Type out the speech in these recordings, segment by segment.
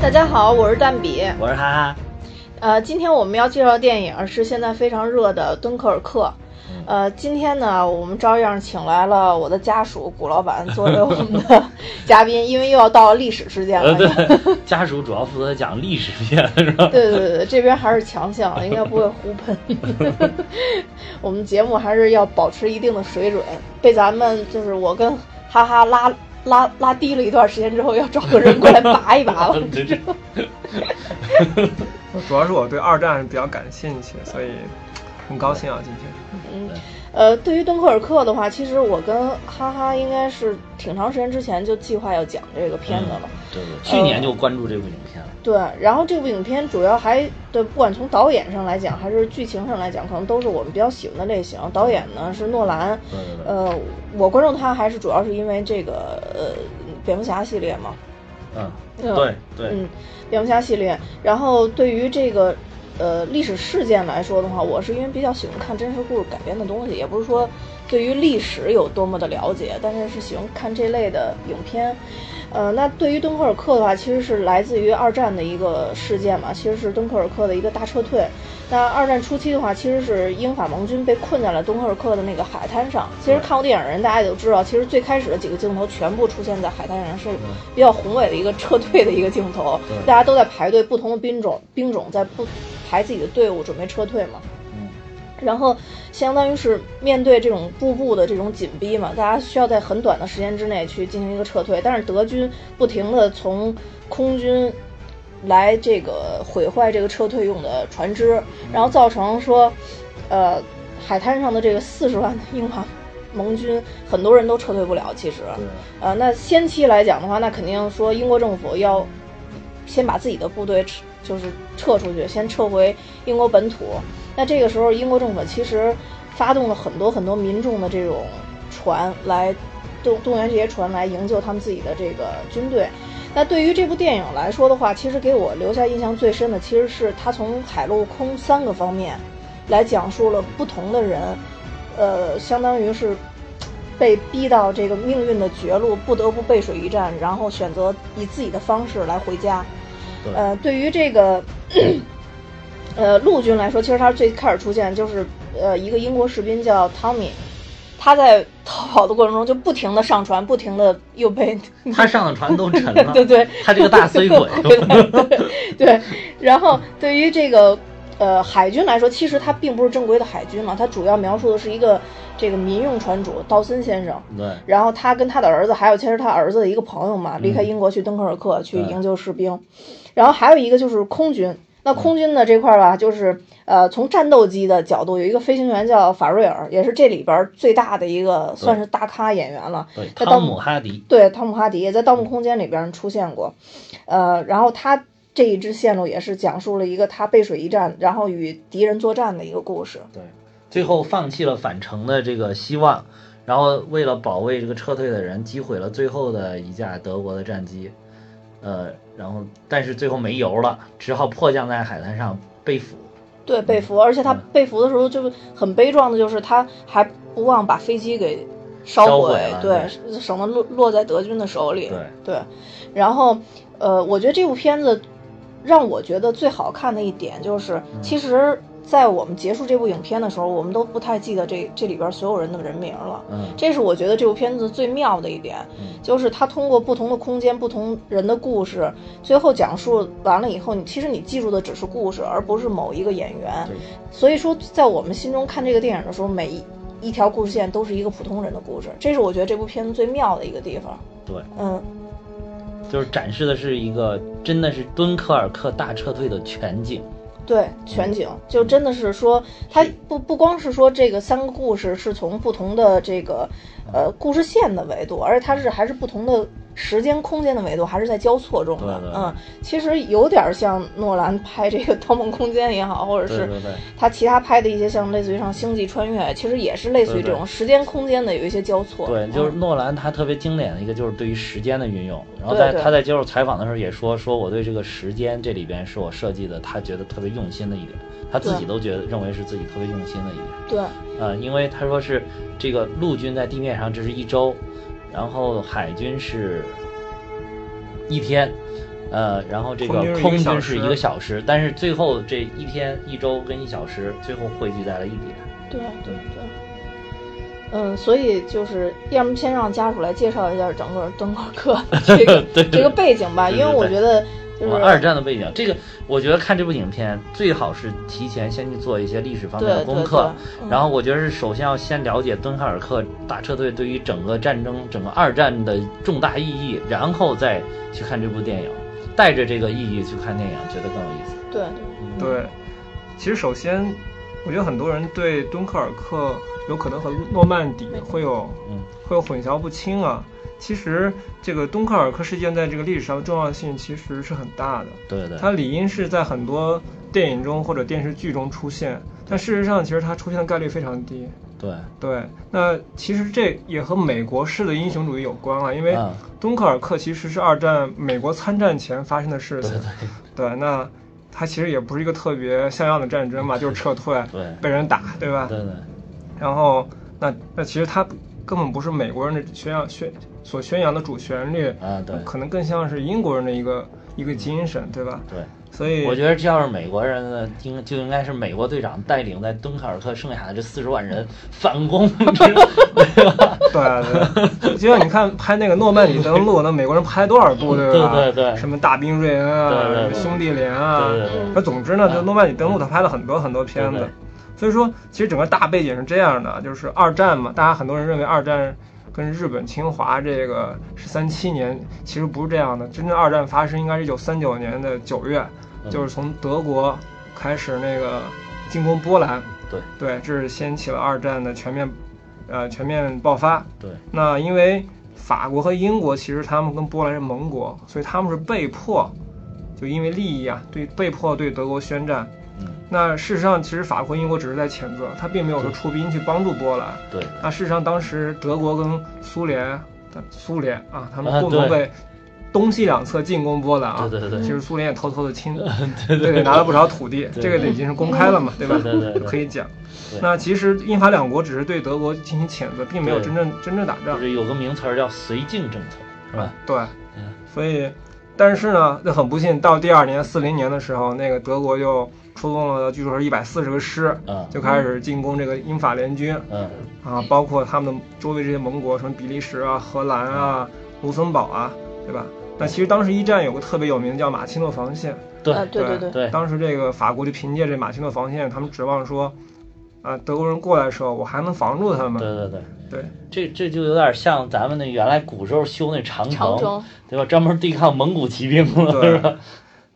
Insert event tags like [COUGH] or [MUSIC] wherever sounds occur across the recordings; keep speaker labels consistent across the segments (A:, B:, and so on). A: 大家好，我是蛋比。
B: 我是哈哈，
A: 呃，今天我们要介绍的电影是现在非常热的《敦刻尔克》。
B: 嗯
A: 呃，今天呢，我们照样请来了我的家属古老板作为我们的嘉
B: [LAUGHS]
A: 宾，因为又要到历史事件
B: 呃，
A: 了。 [LAUGHS]
B: 对，家属主要负责讲历史片是吧？
A: 对对对对，这边还是强项，应该不会胡喷。
B: [LAUGHS]
A: 我们节目还是要保持一定的水准，被咱们就是我跟哈哈拉拉拉低了一段时间之后，要找个人过来拔一拔了。
B: 对对，
C: 主要是我对二战比较感兴趣，所以很高兴啊，今天。
A: 嗯，呃，对于敦刻尔克的话，其实我跟哈哈应该是挺长时间之前就计划要讲这个片子了。
B: 嗯对对，去年就关注这部影片了。
A: 对，然后这部影片主要还对，不管从导演上来讲，还是剧情上来讲，可能都是我们比较喜欢的类型。导演呢是诺兰，
B: 对对对，
A: 呃，我关注他还是主要是因为这个呃蝙蝠侠系列嘛，
B: 嗯，
A: 嗯
B: 对对，
A: 嗯，蝙蝠侠系列。然后对于这个呃历史事件来说的话，我是因为比较喜欢看真实故事改编的东西，也不是说对于历史有多么的了解，但是是喜欢看这类的影片。呃，那对于敦刻尔克的话，其实是来自于二战的一个事件嘛，其实是敦刻尔克的一个大撤退。那二战初期的话，其实是英法盟军被困在了敦刻尔克的那个海滩上。其实看过电影的人大家也都知道，其实最开始的几个镜头全部出现在海滩上，是比较宏伟的一个撤退的一个镜头
B: 对，
A: 大家都在排队，不同的兵种兵种在不排自己的队伍准备撤退嘛。
B: 嗯，
A: 然后相当于是面对这种步步的这种紧逼嘛，大家需要在很短的时间之内去进行一个撤退，但是德军不停的从空军来这个毁坏这个撤退用的船只，然后造成说，呃，海滩上的这个四十万的英法盟军，很多人都撤退不了，其实，
B: 嗯对，
A: 呃，那先期来讲的话，那肯定说英国政府要先把自己的部队撤，就是撤出去，先撤回英国本土。那这个时候，英国政府其实发动了很多很多民众的这种船来动动员这些船来营救他们自己的这个军队。那对于这部电影来说的话，其实给我留下印象最深的，其实是它从海陆空三个方面来讲述了不同的人，呃，相当于是被逼到这个命运的绝路，不得不背水一战，然后选择以自己的方式来回家。
B: 对
A: 呃，对于这个，呃，陆军来说，其实他最开始出现就是呃一个英国士兵叫汤米，他在逃跑的过程中就不停的上船，不停的又被
B: 他上的船都沉
A: [LAUGHS]
B: 了，
A: 对对，
B: [LAUGHS] 他这个大衰
A: [LAUGHS]
B: 鬼，
A: 回来对对，然后对于这个呃海军来说，其实它并不是正规的海军了，它主要描述的是一个这个民用船主道森先生。
B: [LAUGHS] 对
A: 然后他跟他的儿子，还有其实他儿子的一个朋友嘛，离开英国去敦刻尔克去
B: 嗯对
A: 营救士兵，然后还有一个就是空军。那空军呢这块儿吧，就是呃，从战斗机的角度，有一个飞行员叫法瑞尔，也是这里边儿最大的一个算是大咖演员了。
B: 对，
A: 那到
B: 汤姆哈迪，
A: 对，汤姆哈迪也在《盗梦空间》里边出现过，呃，然后他这一支线路也是讲述了一个他背水一战，然后与敌人作战的一个故事。
B: 对，最后放弃了返程的这个希望，然后为了保卫这个撤退的人，击毁了最后的一架德国的战机，呃，然后但是最后没油了，只好迫降在海滩上被俘。
A: 对，被
B: 嗯
A: 俘，而且他被俘的时候就很悲壮的，就是他还不忘把飞机给烧
B: 烧
A: 毁，
B: 毁了
A: 对，省得落落在德军的手里。
B: 对
A: 对，然后呃，我觉得这部片子让我觉得最好看的一点就是，
B: 嗯
A: 其实，在我们结束这部影片的时候，我们都不太记得这这里边所有人的人名了。
B: 嗯，
A: 这是我觉得这部片子最妙的一点，
B: 嗯
A: 就是它通过不同的空间、不同人的故事，最后讲述完了以后，你其实你记住的只是故事，而不是某一个演员。
B: 对，
A: 所以说，在我们心中看这个电影的时候，每一一条故事线都是一个普通人的故事，这是我觉得这部片子最妙的一个地方。
B: 对，
A: 嗯，
B: 就是展示的是一个真的是敦刻尔克大撤退的全景。
A: 对，全景就真的是说，它不不光是说这个三个故事是从不同的这个呃故事线的维度，而且它是还是不同的时间空间的维度，还是在交错中的。
B: 对对对
A: 嗯，其实有点像诺兰拍这个《盗梦空间》也好，或者
B: 对
A: 是
B: 对对，
A: 他其他拍的一些像类似于像《星际穿越》，其实也是类似于
B: 对对
A: 这种时间空间的有一些交错。
B: 对，就是
A: 嗯
B: 诺兰他特别经典的一个就是对于时间的运用。然后
A: 对
B: 在
A: 对
B: 他在接受采访的时候也说，说我对这个时间这里边是我设计的，他觉得特别用心的一点，他自己
A: 对
B: 都觉得认为是自己特别用心的一点。
A: 对
B: 呃，因为他说是这个陆军在地面上这是一周，然后海军是一天，呃，然后这个
C: 空军是一个
B: 空
C: 小
B: 军
C: 时
B: 是一个小时，但是最后这一天、一周跟一小时，最后汇聚在了一点。
A: 对对对。嗯，所以就是，要么先让家属来介绍一下整个敦刻尔克这个
B: [LAUGHS] 对对
A: 这个背景吧，
B: 对
A: 因
B: 对
A: 为我
B: 对
A: 觉得就是
B: 我二战的背景，这个我觉得看这部影片最好是提前先去做一些历史方面的
A: 对对
B: 功课，
A: 对嗯
B: 然后我觉得是首先要先了解敦刻尔克大撤退对于整个战争、整个二战的重大意义，然后再去看这部电影，带着这个意义去看电影，觉得更有意思。
A: 对
C: 对，其实首先，我觉得很多人对敦刻尔克有可能和诺曼底会有
B: 嗯
C: 会有混淆不清啊。其实这个敦刻尔克事件在这个历史上的重要性其实是很大的，
B: 对对
C: 它理应是在很多电影中或者电视剧中出现，但事实上其实它出现的概率非常低。
B: 对
C: 对，那其实这也和美国式的英雄主义有关啊了，因为
B: 嗯
C: 敦刻尔克其实是二战美国参战前发生的事
B: 对
C: 情。
B: 对
C: 对，那它其实也不是一个特别像样的战争嘛，就是撤退，
B: 对
C: 被人打，对吧？
B: 嗯对对，
C: 然后，那那其实它根本不是美国人的宣扬宣所宣扬的主旋律，
B: 啊对
C: 可能更像是英国人的一个一个精神，对吧？
B: 对。
C: 所以
B: 我觉得这要是美国人呢，应就应该是美国队长带领在敦刻尔克剩下的这四十万人反
C: [LAUGHS]
B: 攻，对吧？
C: 对对，就像你看拍那个诺曼底登陆，那美国人拍多少
B: [LAUGHS]
C: 部，吧？
B: 对对对
C: 什么大兵瑞恩啊，
B: 对对对
C: 兄弟连啊，
B: 对对对
C: 那总之呢，就
B: 嗯
C: 诺曼底登陆，他拍了很多很多片
B: 对
C: 子
B: 对。
C: 所以说，其实整个大背景是这样的，就是二战嘛，大家很多人认为二战跟日本侵华这个是三七年，其实不是这样的，真正二战发生应该是一九三九年的九月，
B: 嗯
C: 就是从德国开始那个进攻波兰，
B: 对
C: 对，这是掀起了二战的全面，呃，全面爆发。
B: 对
C: 那因为法国和英国其实他们跟波兰是盟国，所以他们是被迫，就因为利益啊，对被迫对德国宣战。
B: 嗯
C: 那事实上，其实法国、英国只是在谴责，他并没有说出兵去帮助波兰。
B: 对
C: 那事实上，当时德国跟苏联，苏联啊，他们
B: 啊
C: 共同
B: 对
C: 被东西两侧进攻波兰啊。
B: 对对对
C: 其实苏联也偷偷的侵，
B: [LAUGHS] 对
C: 对拿了不少土地，
B: 对
C: 这个已经是公开了嘛，对吧？
B: 对对对
C: 可以讲
B: 对。
C: 那其实英法两国只是对德国进行谴责，并没有
B: 对
C: 真正真正打仗
B: 就。是有个名词儿叫绥靖政策，
C: 啊
B: 是吧？
C: 对
B: 嗯，
C: 所以，但是呢，那很不幸，到第二年四零年的时候，那个德国就出动了，据说是一百四十个师，
B: 嗯
C: 就开始进攻这个英法联军
B: 嗯
C: 啊，包括他们的周围这些盟国，什么比利时啊、荷兰啊、卢森堡啊，对吧？那其实当时一战有个特别有名的叫马奇诺防线，
B: 对
A: 啊对对
C: 对
B: 对
C: 当时这个法国就凭借这马奇诺防线，他们指望说，啊、德国人过来的时候，我还能防住他们。
B: 对对对，
C: 对
B: 这这就有点像咱们那原来古时候修那长
A: 长
B: 城
A: 城，
B: 对吧？专门对抗蒙古骑兵嘛，
C: 对
B: 是 [LAUGHS] 吧？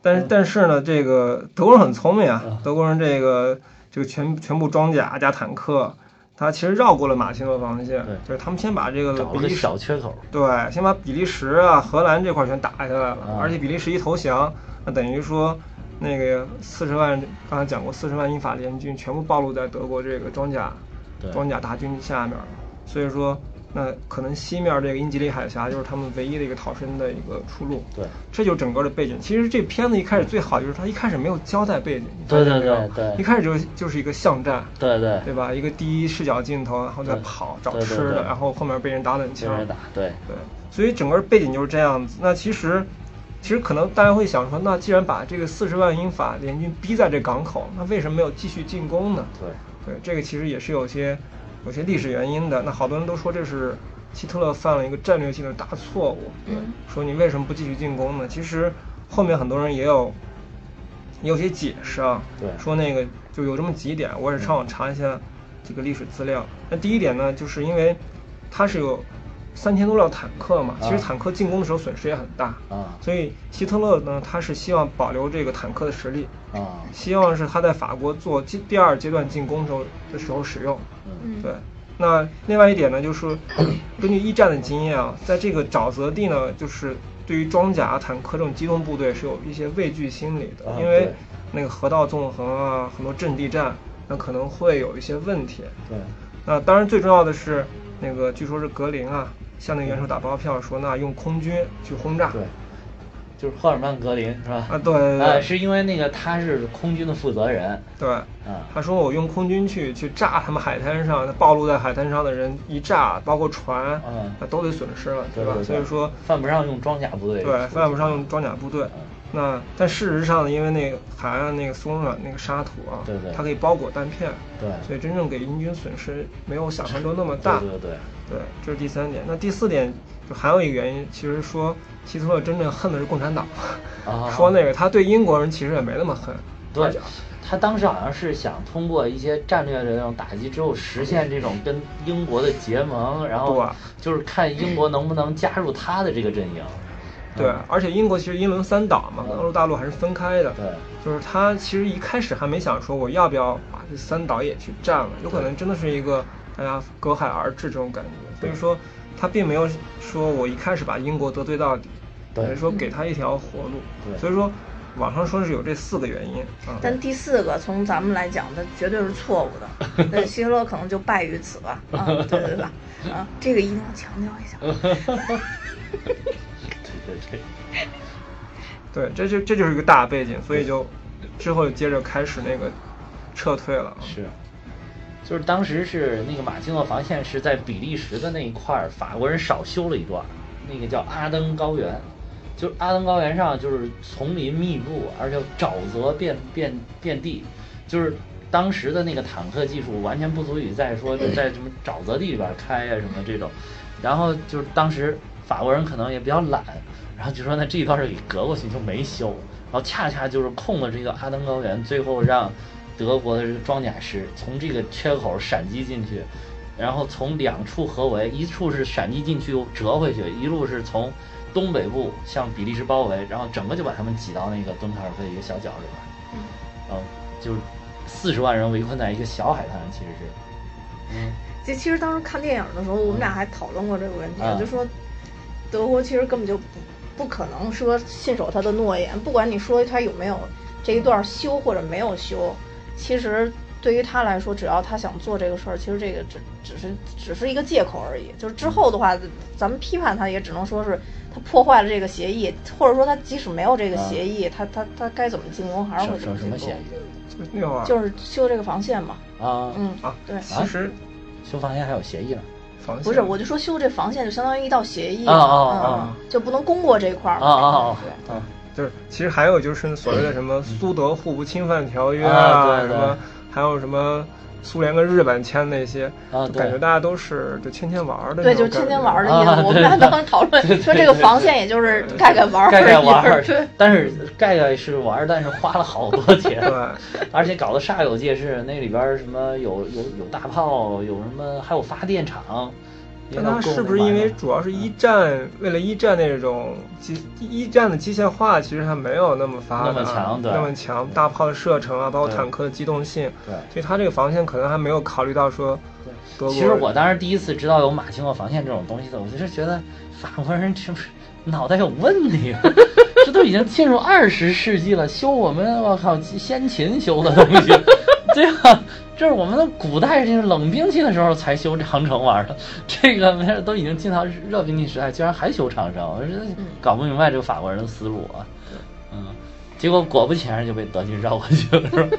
C: 但
B: 嗯
C: 是但是呢，这个德国人很聪明啊，德国人这个这个全全部装甲加坦克，他其实绕过了马奇诺防线
B: 对，
C: 就是他们先把这个
B: 找
C: 比
B: 了个
C: 利时，
B: 小缺口，
C: 对，先把比利时啊、荷兰这块全打下来
B: 啊
C: 了，而且比利时一投降，那等于说。那个四十万，刚才讲过，四十万英法联军全部暴露在德国这个装甲
B: 对
C: 装甲大军下面儿，所以说，那可能西面儿这个英吉利海峡就是他们唯一的一个逃生的一个出路。
B: 对
C: 这就是整个的背景。其实这片子一开始最好就是它一开始没有交代背景，你
B: 对
C: 发现
B: 对
C: 没有
B: 对对
C: 一开始就是就是一个巷战，
B: 对对，
C: 对吧？一个第一视角镜头，然后再
B: 对
C: 跑找
B: 对对
C: 吃
B: 对
C: 的，然后后面被人打冷
B: 接
C: 枪，
B: 着打，对
C: 对，所以整个背景就是这样子。那其实，其实可能大家会想说，那既然把这个四十万英法联军逼在这港口，那为什么没有继续进攻呢？
B: 对
C: 对，这个其实也是有些有些历史原因的。那好多人都说这是希特勒犯了一个战略性的大错误，
A: 嗯
C: 说你为什么不继续进攻呢？其实后面很多人也有也有些解释啊，
B: 对
C: 说那个就有这么几点，我也是上
B: 嗯
C: 网查一下这个历史资料。那第一点呢，就是因为它是有三千多辆坦克嘛，其
B: 啊
C: 实坦克进攻的时候损失也很大，
B: 啊
C: 所以希特勒呢，他是希望保留这个坦克的实力，
B: 啊
C: 希望是他在法国做第第二阶段进攻时候的时候使用。
B: 嗯
A: 嗯
C: 对，那另外一点呢，就是根据一战的经验啊，在这个沼泽地呢，就是对于装甲、坦克这种机动部队是有一些畏惧心理的
B: 啊，
C: 因为
B: 对
C: 那个河道纵横啊，很多阵地战，那可能会有一些问题。
B: 对
C: 那当然最重要的是，那个据说是格林啊，向那个元首打包票说，那用空军去轰炸。
B: 对就是赫尔曼格林是吧？
C: 啊，对对
B: 呃，
C: 对
B: 是因为那个他是空军的负责人
C: 对，
B: 啊，
C: 他说我用空军去去炸他们海滩上暴露在海滩上的人，一炸包括船，
B: 嗯
C: 那都得损失了，
B: 对
C: 吧？
B: 对对
C: 所以说，
B: 犯不上用装甲部队，
C: 对，犯不上用装甲部队。那但事实上呢，因为那个海岸那个松软那个沙土啊，
B: 对对
C: 它可以包裹弹片，
B: 对
C: 所以真正给英军损失没有想象中那么大。
B: 对对对，
C: 对，这是第三点。那第四点就还有一个原因，其实说希特勒真正恨的是共产党，
B: 啊
C: [LAUGHS] 说那个他对英国人其实也没那么恨，而且
B: 对，他当时好像是想通过一些战略的这种打击之后，实现这种跟英国的结盟，然后
C: 对
B: 就是看英国能不能加入他的这个阵营。嗯
C: 对，而且英国其实英伦三岛嘛，跟欧洲大陆还是分开的。
B: 对，
C: 就是他其实一开始还没想说我要不要把这三岛也去占了，有可能真的是一个大家隔海而治这种感觉。所以说他并没有说我一开始把英国得罪到底，
B: 对
C: 等于说给他一条活路。
B: 对
C: 所以说网上说是有这四个原因啊，
A: 但第四个从咱们来讲，它绝对是错误的。
B: [LAUGHS]
A: 那希特勒可能就败于此吧，啊，对对吧？啊，这个一定要强调一
B: [LAUGHS]
A: 下。 [LAUGHS]
B: 嗯对对对，
C: 对，这就这就是一个大背景，所以就之后就接着开始那个撤退了啊。
B: 是，就是当时是那个马基诺防线是在比利时的那一块儿，法国人少修了一段儿，那个叫阿登高原。就是阿登高原上就是丛林密布，而且沼泽遍遍遍地，就是当时的那个坦克技术完全不足以再说就在什么沼泽地里边开啊什么这种，然后就是当时法国人可能也比较懒，然后就说那这一段儿就给隔过去就没修，然后恰恰就是空了这个阿登高原，最后让德国的这个装甲师从这个缺口闪击进去，然后从两处合围，一处是闪击进去又折回去，一路是从东北部向比利时包围，然后整个就把他们挤到那个敦刻尔克的一个小角里边，然后嗯就是四十万人围困在一个小海滩，其实是，嗯，
A: 其其实当时看电影的时候，我们俩还讨论过这个问题，啊
B: 嗯
A: 就说德国其实根本就不不可能说信守他的诺言，不管你说他有没有这一段修或者没有修，其实对于他来说，只要他想做这个事儿，其实这个只只是只是一个借口而已。就是之后的
B: 嗯
A: 话，咱们批判他也只能说是他破坏了这个协议，或者说他即使没有这个协议，他他他该怎么进攻还是会怎
B: 什什
A: 么
B: 嗯什
A: 进攻
B: 么险，议
C: 就那会儿
A: 就是修这个防线嘛。
B: 啊？
A: 嗯，
C: 啊，
A: 对。
C: 其实
B: 修防线还有协 [LAUGHS] 议呢。
C: 防线
A: 不是，我就说修这防线就相当于一道协议
B: 啊啊
A: 嗯
B: 啊
A: 就不能攻过这一块儿
B: 啊啊
A: 对
B: 啊！
C: 就是其实还有就是所谓的什么苏德互不侵犯条约
B: 嗯啊对
C: 什
B: 对
C: 么还有什么苏联跟日本签那些，
B: 啊
C: 就
B: 对
C: 感觉大家都是就天天玩儿的那
A: 对，
C: 种
A: 就
C: 感觉
A: 天天玩儿的意
B: 啊
A: 思。我们俩当时讨论说这个防线，也就是盖盖玩儿
B: 盖盖
A: 而已
B: 玩儿
A: 对，
B: 但是盖盖是玩儿，但是花了好多钱，
C: 对，
B: [LAUGHS] 而且搞得煞有介事。那里边儿什么有有有大炮，有什么还有发电厂。
C: 但他是不是
B: 啊
C: 因为主要是一战，为了一战那种机一战的机械化，其实还没有那么发达，
B: 那么强对
C: 那么强，大炮的射程啊，包括
B: 对
C: 坦克的机动性，
B: 对
C: 所以他这个防线可能还没有考虑到说德国。
B: 其实我当时第一次知道有马奇诺防线这种东西的，我就是觉得法国人是不是脑袋有问题啊？这都已经进入二十世纪了，修我们我靠先秦修的东西， [LAUGHS] 对吧？这是我们的古代这个冷兵器的时候才修长城玩的，这个没事都已经进到热兵器时代，居然还修长城，我觉得搞不明白这个法国人的思路啊。嗯，结果果不其然就被德军绕过去了，是吧？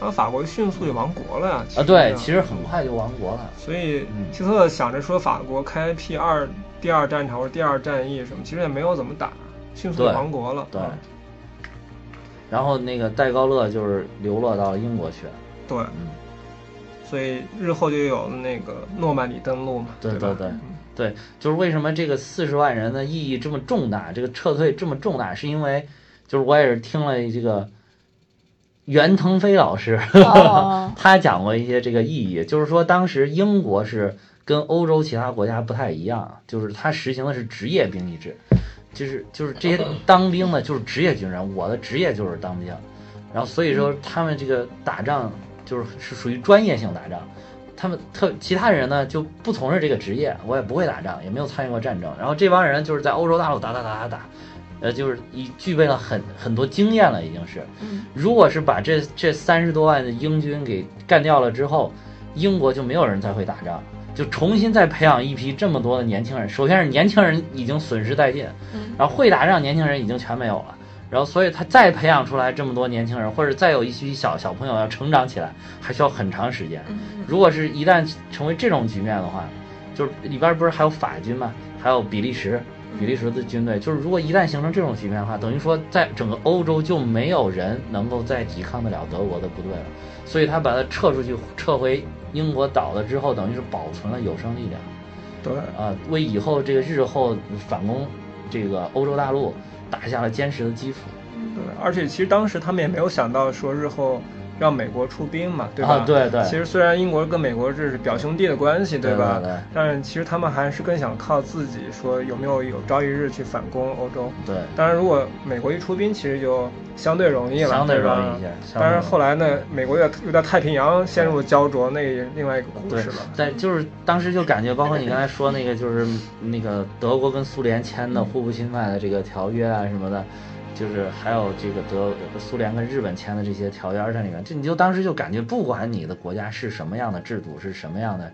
B: [LAUGHS]
C: 他法国迅速就亡国了呀。其
B: 啊，
C: 实
B: 对，其实很快就亡国了。
C: 所以
B: 嗯
C: 希特勒想着说法国开辟二第二战场或者第二战役什么，其实也没有怎么打，迅速
B: 对
C: 亡国了。嗯
B: 对。然后那个戴高乐就是流落到了英国去了。
C: 对
B: 嗯，
C: 所以日后就有那个诺曼底登陆嘛，
B: 对
C: 吧？嗯
B: 对对，就是为什么这个四十万人的意义这么重大，这个撤退这么重大，是因为就是我也是听了这个袁腾飞老师， [LAUGHS]
A: 哦
B: 他讲过一些这个意义，就是说当时英国是跟欧洲其他国家不太一样，就是他实行的是职业兵役制，就是就是这些当兵的就是职业军人，我的职业就是当兵，然后所以说他们这个打仗就是是属于专业性打仗。他们特其他人呢就不从事这个职业，我也不会打仗，也没有参与过战争。然后这帮人就是在欧洲大陆打打打打打，呃，就是已具备了很很多经验了，已经是。
A: 嗯
B: 如果是把这这三十多万的英军给干掉了之后，英国就没有人再会打仗，就重新再培养一批这么多的年轻人。首先是年轻人已经损失殆尽，然后会打仗年轻人已经全没有了，然后所以他再培养出来这么多年轻人，或者再有一批小小朋友要成长起来，还需要很长时间。如果是一旦成为这种局面的话，就是里边不是还有法军嘛，还有比利时，比利时的军队，就是如果一旦形成这种局面的话，等于说在整个欧洲就没有人能够再抵抗得了德国的部队了，所以他把它撤出去，撤回英国岛了之后，等于是保存了有生力量。
C: 对，
B: 啊，为以后这个日后反攻这个欧洲大陆打下了坚实的基础。
C: 对，
A: 嗯
C: 而且其实当时他们也没有想到说日后让美国出兵嘛，对吧？
B: 啊，对对，
C: 其实虽然英国跟美国这是表兄弟的关系，
B: 对
C: 吧？
B: 对对
C: 但其实他们还是更想靠自己，说有没有有朝一日去反攻欧洲。
B: 对，
C: 当然，如果美国一出兵，其实就相对容易了，
B: 相对容
C: 对吧
B: 易一些。相对
C: 当然
B: 容易
C: 后来呢，美国又在又在太平洋陷入焦灼，那也另外一个故
B: 对
C: 事了。，
B: 但就是当时就感觉，包括你刚才说那个，就是那个德国跟苏联签的互不侵犯的这个条约啊什么的，就是还有这个德呃苏联跟日本签的这些条约在里面，这你就当时就感觉，不管你的国家是什么样的制度，是什么样的，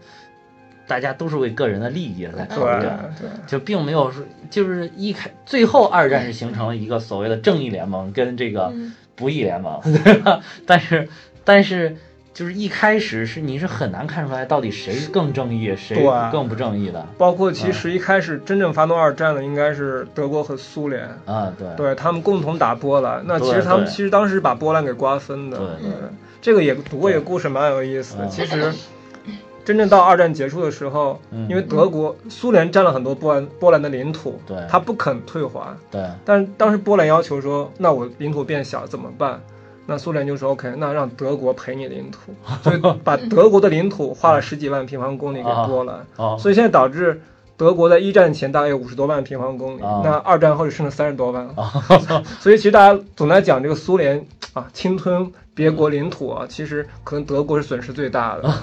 B: 大家都是为个人的利益来
C: 对
B: 考虑的。
C: 对
B: 就并没有说，就是一开最后二战是形成了一个所谓的正义联盟跟这个不义联盟，对吧？ [LAUGHS] 但是但是就是一开始是你是很难看出来到底谁更正义，谁
C: 对
B: 更不正义的
C: 包括其实一开始真正发动二战的应该是德国和苏联，
B: 啊？对
C: 对他们共同打波兰。那其实
B: 对
C: 他们
B: 对
C: 其实当时把波兰给瓜分的。嗯
B: 对对
C: 这个也不过也故事蛮有意思的。
B: 嗯
C: 其实真正到二战结束的时候，
B: 嗯
C: 因为德国、苏联占了很多波兰波兰的领土，
B: 对
C: 他不肯退还。
B: 对
C: 但是当时波兰要求说，那我领土变小怎么办？那苏联就说 OK，那让德国赔你
B: [LAUGHS]
C: 领土，所以把德国的领土划了十几万平方公里给波兰，
B: 哦，
C: 所以现在导致德国在一战前大概有五十多万平方公里，
B: 啊
C: 那二战后就剩了三十多万了。 [LAUGHS] 所以其实大家总在讲这个苏联啊侵吞别国领
B: [LAUGHS]
C: 土啊，其实可能德国是损失最大的。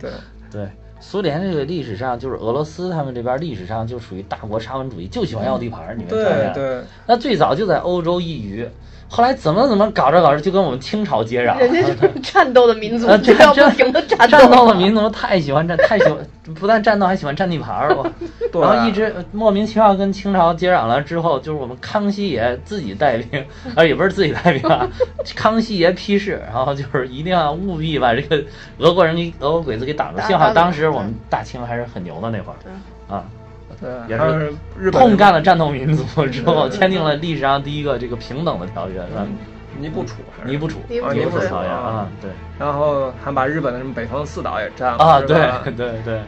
C: 对，
B: 对。苏联这个历史上就是俄罗斯他们这边历史上就属于大国沙文主义，就喜欢要地盘儿，你们看
C: 对
B: 见
C: 对，
B: 那最早就在欧洲一隅，后来怎么怎么搞着搞着就跟我们清朝接壤了，
A: 人家就是战斗的民族，
B: 啊，
A: 就
B: 这
A: 要
B: 这
A: 不停的战斗。
B: 战斗的民族太喜欢战，太喜欢，不但战斗还喜欢占地盘儿，我，
C: 对啊
B: 然后一直莫名其妙跟清朝接壤了之后，就是我们康熙爷自己带兵，啊，也不是自己带兵啊，康熙爷批示，然后就是一定要务必把这个俄国人给俄国鬼子给挡住。
A: 打
B: 幸好
A: 打
B: 当
A: 死
B: 时我们大清还是很牛的那会儿，啊，也是
C: 对，还有日本
B: 痛干了战斗民族之后，签订了历史上第一个这个平等的条约，是吧？
C: 尼布楚还是
B: 尼布楚，
A: 尼布
C: 楚
B: 尼布
C: 对
B: 条约啊，对
C: 然后还把日本的什么北方四岛也占了
B: 啊，
C: 哦是
B: 对
C: 吧
B: 对对，
C: 对，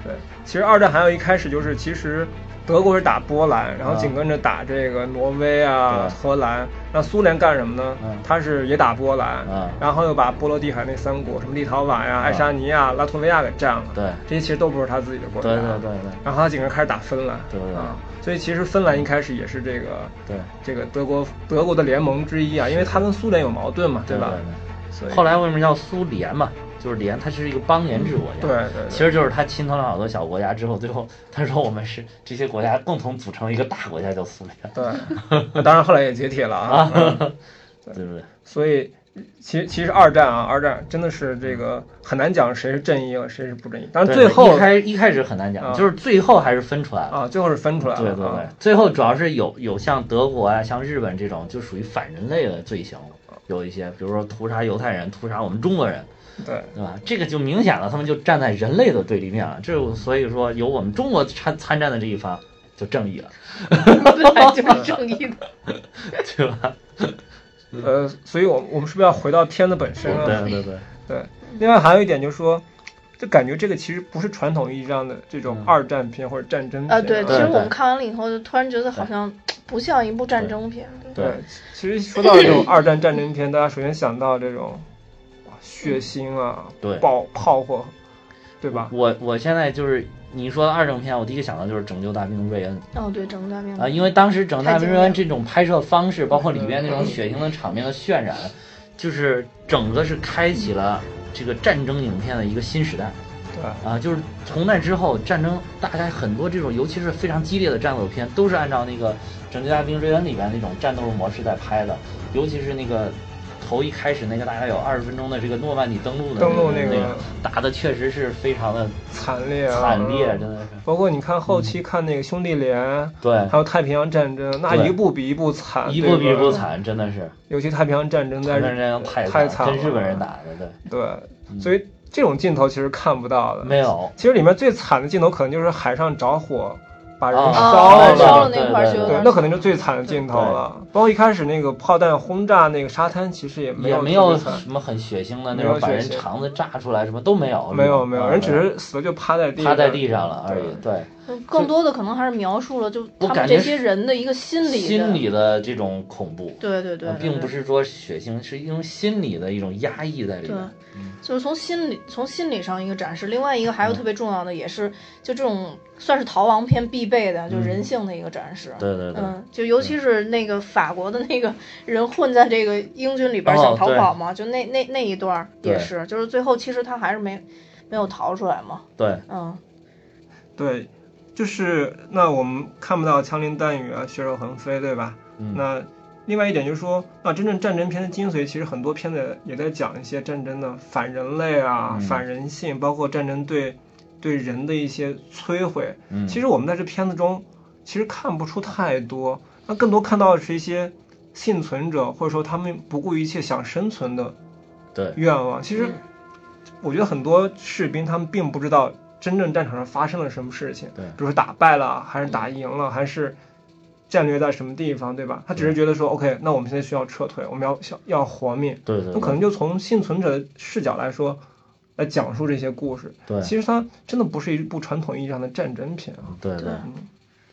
C: 其实二战还有一开始就是，其实德国是打波兰，然后
B: 啊
C: 紧跟着打这个挪威啊、
B: 对
C: 荷兰。那苏联干什么呢
B: 嗯？
C: 他是也打波兰
B: 啊，
C: 然后又把波罗的海那三国，什么立陶宛呀、
B: 啊
C: 爱沙尼亚、拉脱维亚给占了。
B: 对
C: 这些其实都不是他自己的国家。
B: 对对对对。
C: 然后他紧跟着开始打芬兰。
B: 对对对
C: 啊，所以其实芬兰一开始也是这个
B: 对
C: 这个德国德国的联盟之一啊，因为他跟苏联有矛盾嘛，
B: 对
C: 吧？
B: 对
C: 所以
B: 对后来为什么叫苏联嘛？就是联，它是一个邦联制国家。
C: 对对对
B: 其实就是他侵吞了好多小国家之后，最后他说我们是这些国家共同组成一个大国家，叫苏联，
C: 对， [LAUGHS] 那当然后来也解体了啊。嗯
B: 对不对？
C: 所以，其其实二战啊，二战真的是这个很难讲谁是正义了，谁是不正义。但是
B: 对
C: 最后
B: 一开一开始很难
C: 啊
B: 讲，就是最后还是分出来了。
C: 啊，最后是分出来了。
B: 对对对
C: 啊，，
B: 最后主要是有有像德国啊、像日本这种就属于反人类的罪行，有一些，比如说屠杀犹太人、屠杀我们中国人，
C: 对
B: 对吧？这个就明显了，他们就站在人类的对立面了。这我所以说，有我们中国参参战的这一方就正义了，
A: 对，
B: [LAUGHS]
A: 就是正义的。
B: 对吧？
C: 呃，所以我我们是不是要回到片子本身啊？
B: 嗯对对对，
C: 对，另外还有一点就是说，就感觉这个其实不是传统意义上的这种二战片或者战争片
A: 啊，对，其
B: 嗯对
A: 实
B: 对
A: 我们看完了以后，就突然觉得好像不像一部战争片。
B: 对
C: 对，其实说到这种二战战争片，大家首先想到这种哇血腥啊，
B: 对
C: 爆炮火，对吧？
B: 我我现在就是你说的二整片，我第一个想到就是《拯救大兵瑞恩》
A: 哦，对，整个大面
B: 啊，因为当时《拯救大兵瑞恩》这种拍摄方式，包括里面那种血腥的场面的渲染，就是整个是开启了这个战争影片的一个新时代
C: 对，
B: 啊！就是从那之后，战争大概很多这种，尤其是非常激烈的战斗片，都是按照那个《拯救大兵瑞恩》里面那种战斗模式在拍的，尤其是那个头一开始那个大概有二十分钟的这个诺曼底登陆的
C: 登陆
B: 那
C: 那个
B: 打的确实是非常的
C: 惨烈啊，
B: 惨烈，
C: 嗯
B: 真的是嗯
C: 包括你看后期看那个兄弟连，
B: 对
C: 还，有太平洋战争，那
B: 对
C: 一部比一部惨，
B: 一
C: 对
B: 步比一
C: 吧
B: 步惨，真的是，
C: 尤其太平洋战争在
B: 日本人太
C: 太
B: 惨
C: 惨
B: 了，
C: 了，
B: 跟日本人打的，
C: 对，所以这种镜头其实看不到
B: 对，
C: 的。
B: 没有，
C: 其实里面最惨的镜头可能就是海上着火把人
B: 啊
C: 烧
A: 啊，了
B: 烧
C: 了，
A: 那块儿就有
C: 对
A: 点，
C: 那可能就最惨的镜头了。包括一开始那个炮弹轰炸那个沙滩，其实也没
B: 也
C: 没
B: 没有
C: 特别惨
B: 什么很血腥的那
C: 没有
B: 种把
C: 血
B: 人
C: 腥
B: 肠子炸出来，什么都没有，
C: 没有没
B: 啊
C: 有，人只是死了就趴在地，
B: 趴在地上了而已，对。
A: 更多的可能还是描述了就
B: 我
A: 他们
B: 感觉
A: 这些人的一个心理的，
B: 心理的这种恐怖，
A: 对对对，
B: 呃
A: 对
B: 并不
A: 对
B: 是说血腥，是一种心理的一种压抑在里
A: 对
B: 面。
A: 就是从心理从心理上一个展示，另外一个还有特别重要的，也是就这种算是逃亡片必备的，就是人性的一个展示。
B: 嗯对对对，
A: 嗯，就尤其是那个法国的那个人混在这个英军里边儿想
B: 哦
A: 逃
B: 对
A: 跑嘛，就那那那一段儿也
B: 对
A: 是，就是最后其实他还是没没有逃出来嘛。
B: 对，
A: 嗯，
C: 对，就是那我们看不到枪林弹雨啊，血肉横飞，对吧？
B: 嗯
C: 那另外一点就是说，那真正战争片的精髓，其实很多片子也在讲一些战争的反人类啊、
B: 嗯
C: 反人性，包括战争对对人的一些摧毁。
B: 嗯，
C: 其实我们在这片子中，其实看不出太多，那更多看到的是一些幸存者，或者说他们不顾一切想生存的
B: 对，
C: 愿望。其实我觉得很多士兵他们并不知道真正战场上发生了什么事情，
B: 对嗯
C: 比如说打败了，还是打赢了，还是战略在什么地方，对吧？他只是觉得说，OK，那我们现在需要撤退，我们要要要活命。
B: 对对
C: 那可
B: 对
C: 能就从幸存者的视角来说，来讲述这些故事。
B: 对
C: 其实它真的不是一部传统意义上的战争片啊。
B: 对对
A: 对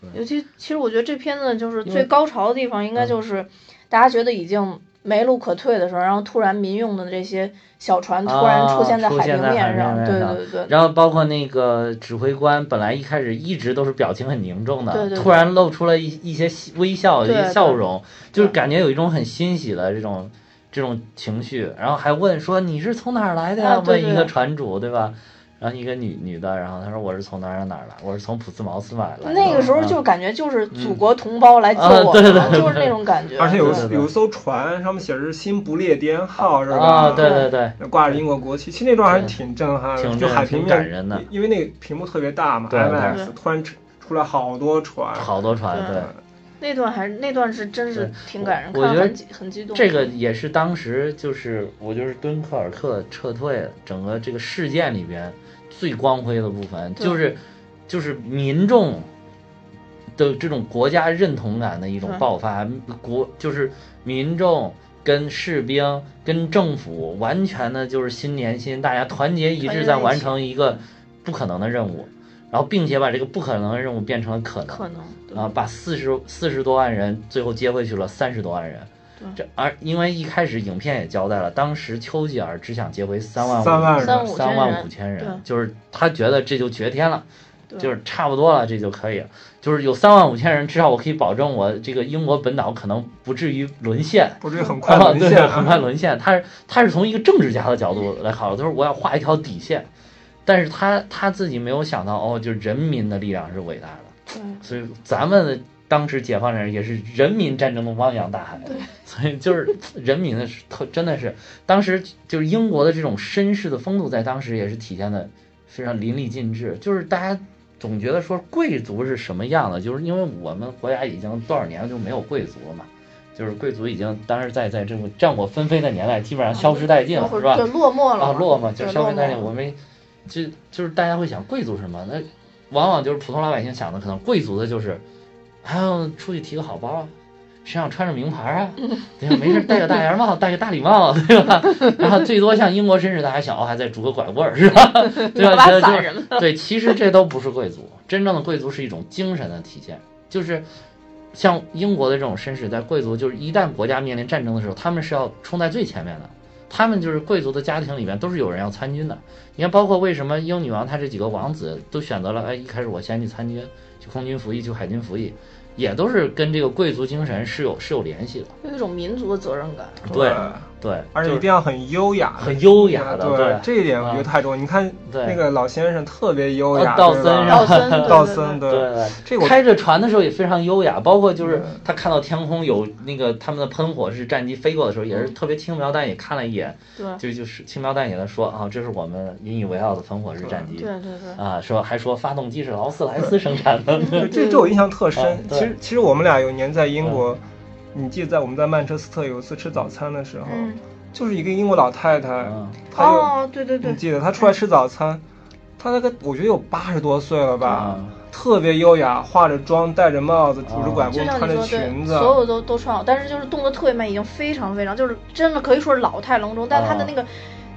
C: 嗯
A: 尤其其实我觉得这片子就是
B: 因
A: 最
B: 为嗯
A: 高潮的地方，应该就是大家觉得已经没路可退的时候，然后突然民用的这些小船突然
B: 啊
A: 出现在
B: 出
A: 海
B: 现
A: 平
B: 在海
A: 面
B: 平
A: 上，
B: 面
A: 对
B: 上
A: 对对对。
B: 然后包括那个指挥官，本来一开始一直都是表情很凝重的，
A: 对对对
B: 突然露出了一一些细微笑、一
A: 对
B: 些
A: 对
B: 笑容，就是
A: 对
B: 感觉有一种很欣喜的这种这种情绪。然后还问说你是从哪儿来的呀？
A: 啊对对
B: 问一个
A: 对
B: 船主，对吧？然后一个女女的，然后她说我是从哪儿哪儿来，我是从普斯茅斯来的。
A: 那个时候
B: 嗯
A: 就感觉就是祖国同胞来救
B: 啊
A: 我
B: 对
A: 们
B: 对
A: 了，就是那种感觉。
C: 而且有
A: 对
B: 对对
C: 有一艘船，上面写着“新不列颠号”，是吧？
B: 啊，对对对，
C: 挂着英国国旗，其实那段还是挺震撼
B: 挺
C: 的，
B: 震
C: 就
B: 撼
C: 海平面
B: 挺感人的
C: 因为那个屏幕特别大嘛
B: 对对
A: 对
C: ，IMAX 突然出出来好多船，
B: 好多船，
A: 对
B: 对。
A: 那段还是那段是真是
B: 对
A: 挺感人，
B: 我我
A: 看
B: 觉得
A: 很激很激动。
B: 这个也是当时就是我就是敦刻尔克撤退整个这个事件里边最光辉的部分，
A: 对
B: 就是就是民众的这种国家认同感的一种
A: 对
B: 爆发，国就是民众。跟士兵、跟政府完全的就是心连心，大家团结一
A: 团
B: 致，
A: 结
B: 在
A: 在一
B: 完
A: 起
B: 成一个不可能的任务，然后并且把这个不可能的任务变成了可能。
A: 可能对
B: 啊，把四十四十多万人最后接回去了三十多万人
A: 对。
B: 这而因为一开始影片也交代了，当时丘吉尔只想接回三万
C: 三万
B: 五
C: 人三
A: 五
B: 三
A: 千
B: 万
A: 人
B: 五千人
A: 对，
B: 就是他觉得这就绝天了，
A: 对
B: 就是差不多了，这就可以了。就是有三万五千人，至少我可以保证我这个英国本岛可能不至于沦陷。
C: 不至于很 [LAUGHS] 快
B: 啊
C: 沦
B: 对
C: 陷啊，
B: 很快沦陷。他是他是从一个政治家的角度来考虑，他说我要画一条底线，但是他他自己没有想到，哦，就是人民的力量是伟大的。
A: 对
B: 所以咱们当时解放人也是人民战争的汪洋大海，所以就是人民的是特真的是当时就是英国的这种绅士的风度，在当时也是体现的非常淋漓尽致。就是大家总觉得说贵族是什么样的，就是因为我们国家已经多少年就没有贵族了嘛。就是贵族已经当时在在这种战火纷飞的年代，基本上啊消失殆尽了，
A: 或
B: 是
A: 者
B: 吧？
A: 对落寞了
B: 啊，
A: 嘛， [LAUGHS]
B: 落嘛，就
A: 对
B: 是消费
A: 落
B: 概
A: 寞
B: 念，
A: 了
B: 我们就就是大家会想贵族是什么？那往往就是普通老百姓想的，可能贵族的就是，还要出去提个好包啊，身上穿着名牌
A: [LAUGHS]
B: 啊，对吧？没事戴个大檐帽，戴个大礼帽，对吧？然后最多像英国绅士，大家想哦，还再拄个拐棍儿，是吧？ [LAUGHS] 对吧？
A: 拉
B: 觉得
A: 散
B: 就
A: 人
B: 对，其实这都不是贵族，真正的贵族是一种精神的体现，就是像英国的这种绅士，在贵族就是一旦国家面临战争的时候，他们是要冲在最前面的。他们就是贵族的家庭里面都是有人要参军的。你看，包括为什么英女王她这几个王子都选择了，哎，一开始我先去参军，去空军服役，去海军服役，也都是跟这个贵族精神是有是有联系的。
A: 有一种民族的责任感。
B: 对，对，
C: 而且一
B: 就是
C: 定要很优雅的，
B: 很优雅的，
C: 对这一点我觉得
B: 嗯
C: 太重要。你看
B: 对
C: 那个老先生特别优雅，
B: 呃道
C: 对吧
B: 森是
A: 道
B: 吧
A: 森，对
C: 道
A: 对
C: 森
A: 对
B: 对
C: 对，
B: 对
C: 这个我嗯
B: 开着船的时候也非常优雅，包括就是
C: 对
B: 他看到天空有那个他们的喷火是战机飞过的时候，也
C: 嗯
B: 是特别轻描淡写看了一眼，
A: 对
B: 就就是轻描淡写的说啊，这是我们引以为傲的喷火式战机
A: 对对对，
B: 啊，说还说发动机是劳斯莱斯生产的， [LAUGHS]
C: 这这这我印象特深
B: 啊。
C: 其
B: 对嗯
C: 实其实我们俩有一年在英国，你记得在我们在曼彻斯特有一次吃早餐的时候，
A: 嗯，
C: 就是一个英国老太太
B: 嗯，
C: 她就
A: 哦，对对对
C: 你，记得她出来吃早餐，她那个我觉得有八十多岁了吧
B: 嗯，
C: 特别优雅，化着妆，戴着帽子，拄着拐
A: 就
C: 棍，
A: 像
C: 穿
A: 你
C: 着
A: 说，
C: 裙
A: 对，
C: 子，
A: 所有都都穿好，但是就是动作特别慢，已经非常非常，就是真的可以说是老态龙钟，但他
C: 啊
A: 的那个、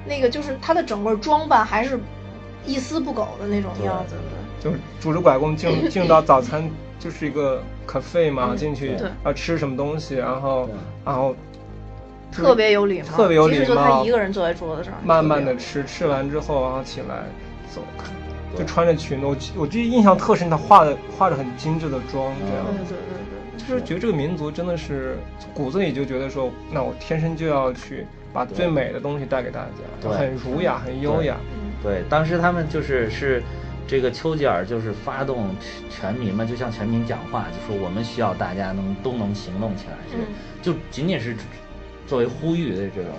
A: 那个就是他的整个装扮还是一丝不苟的那种样子，
C: 就是拄着拐
A: [CLEARS THROAT]
C: 棍进进到早餐，就是一个 cafe 嘛，
A: 嗯
C: 进去
A: 对
C: 要吃什么东西，然后
B: 对
C: 然后就是
A: 特别有礼貌，
C: 特别有礼貌
A: 即使就他一个人坐在桌子上，
C: 慢慢
A: 特别
C: 的
A: 有礼
C: 吃，吃完之后然后起来走开，就
B: 对
C: 穿着裙子，我记我记得印象特深，她化的化着很精致的妆，这样
A: 貌，。对对对
C: 就是觉得这个民族真的是骨子里就觉得说，那我天生就要去把最美的东西带给大家，
B: 对
C: 很儒雅，很优雅。
B: 对，当时他们就是是这个丘吉尔就是发动全全民嘛，就向全民讲话，就说我们需要大家能都能行动起来，
A: 嗯
B: 就就仅仅是作为呼吁的这种，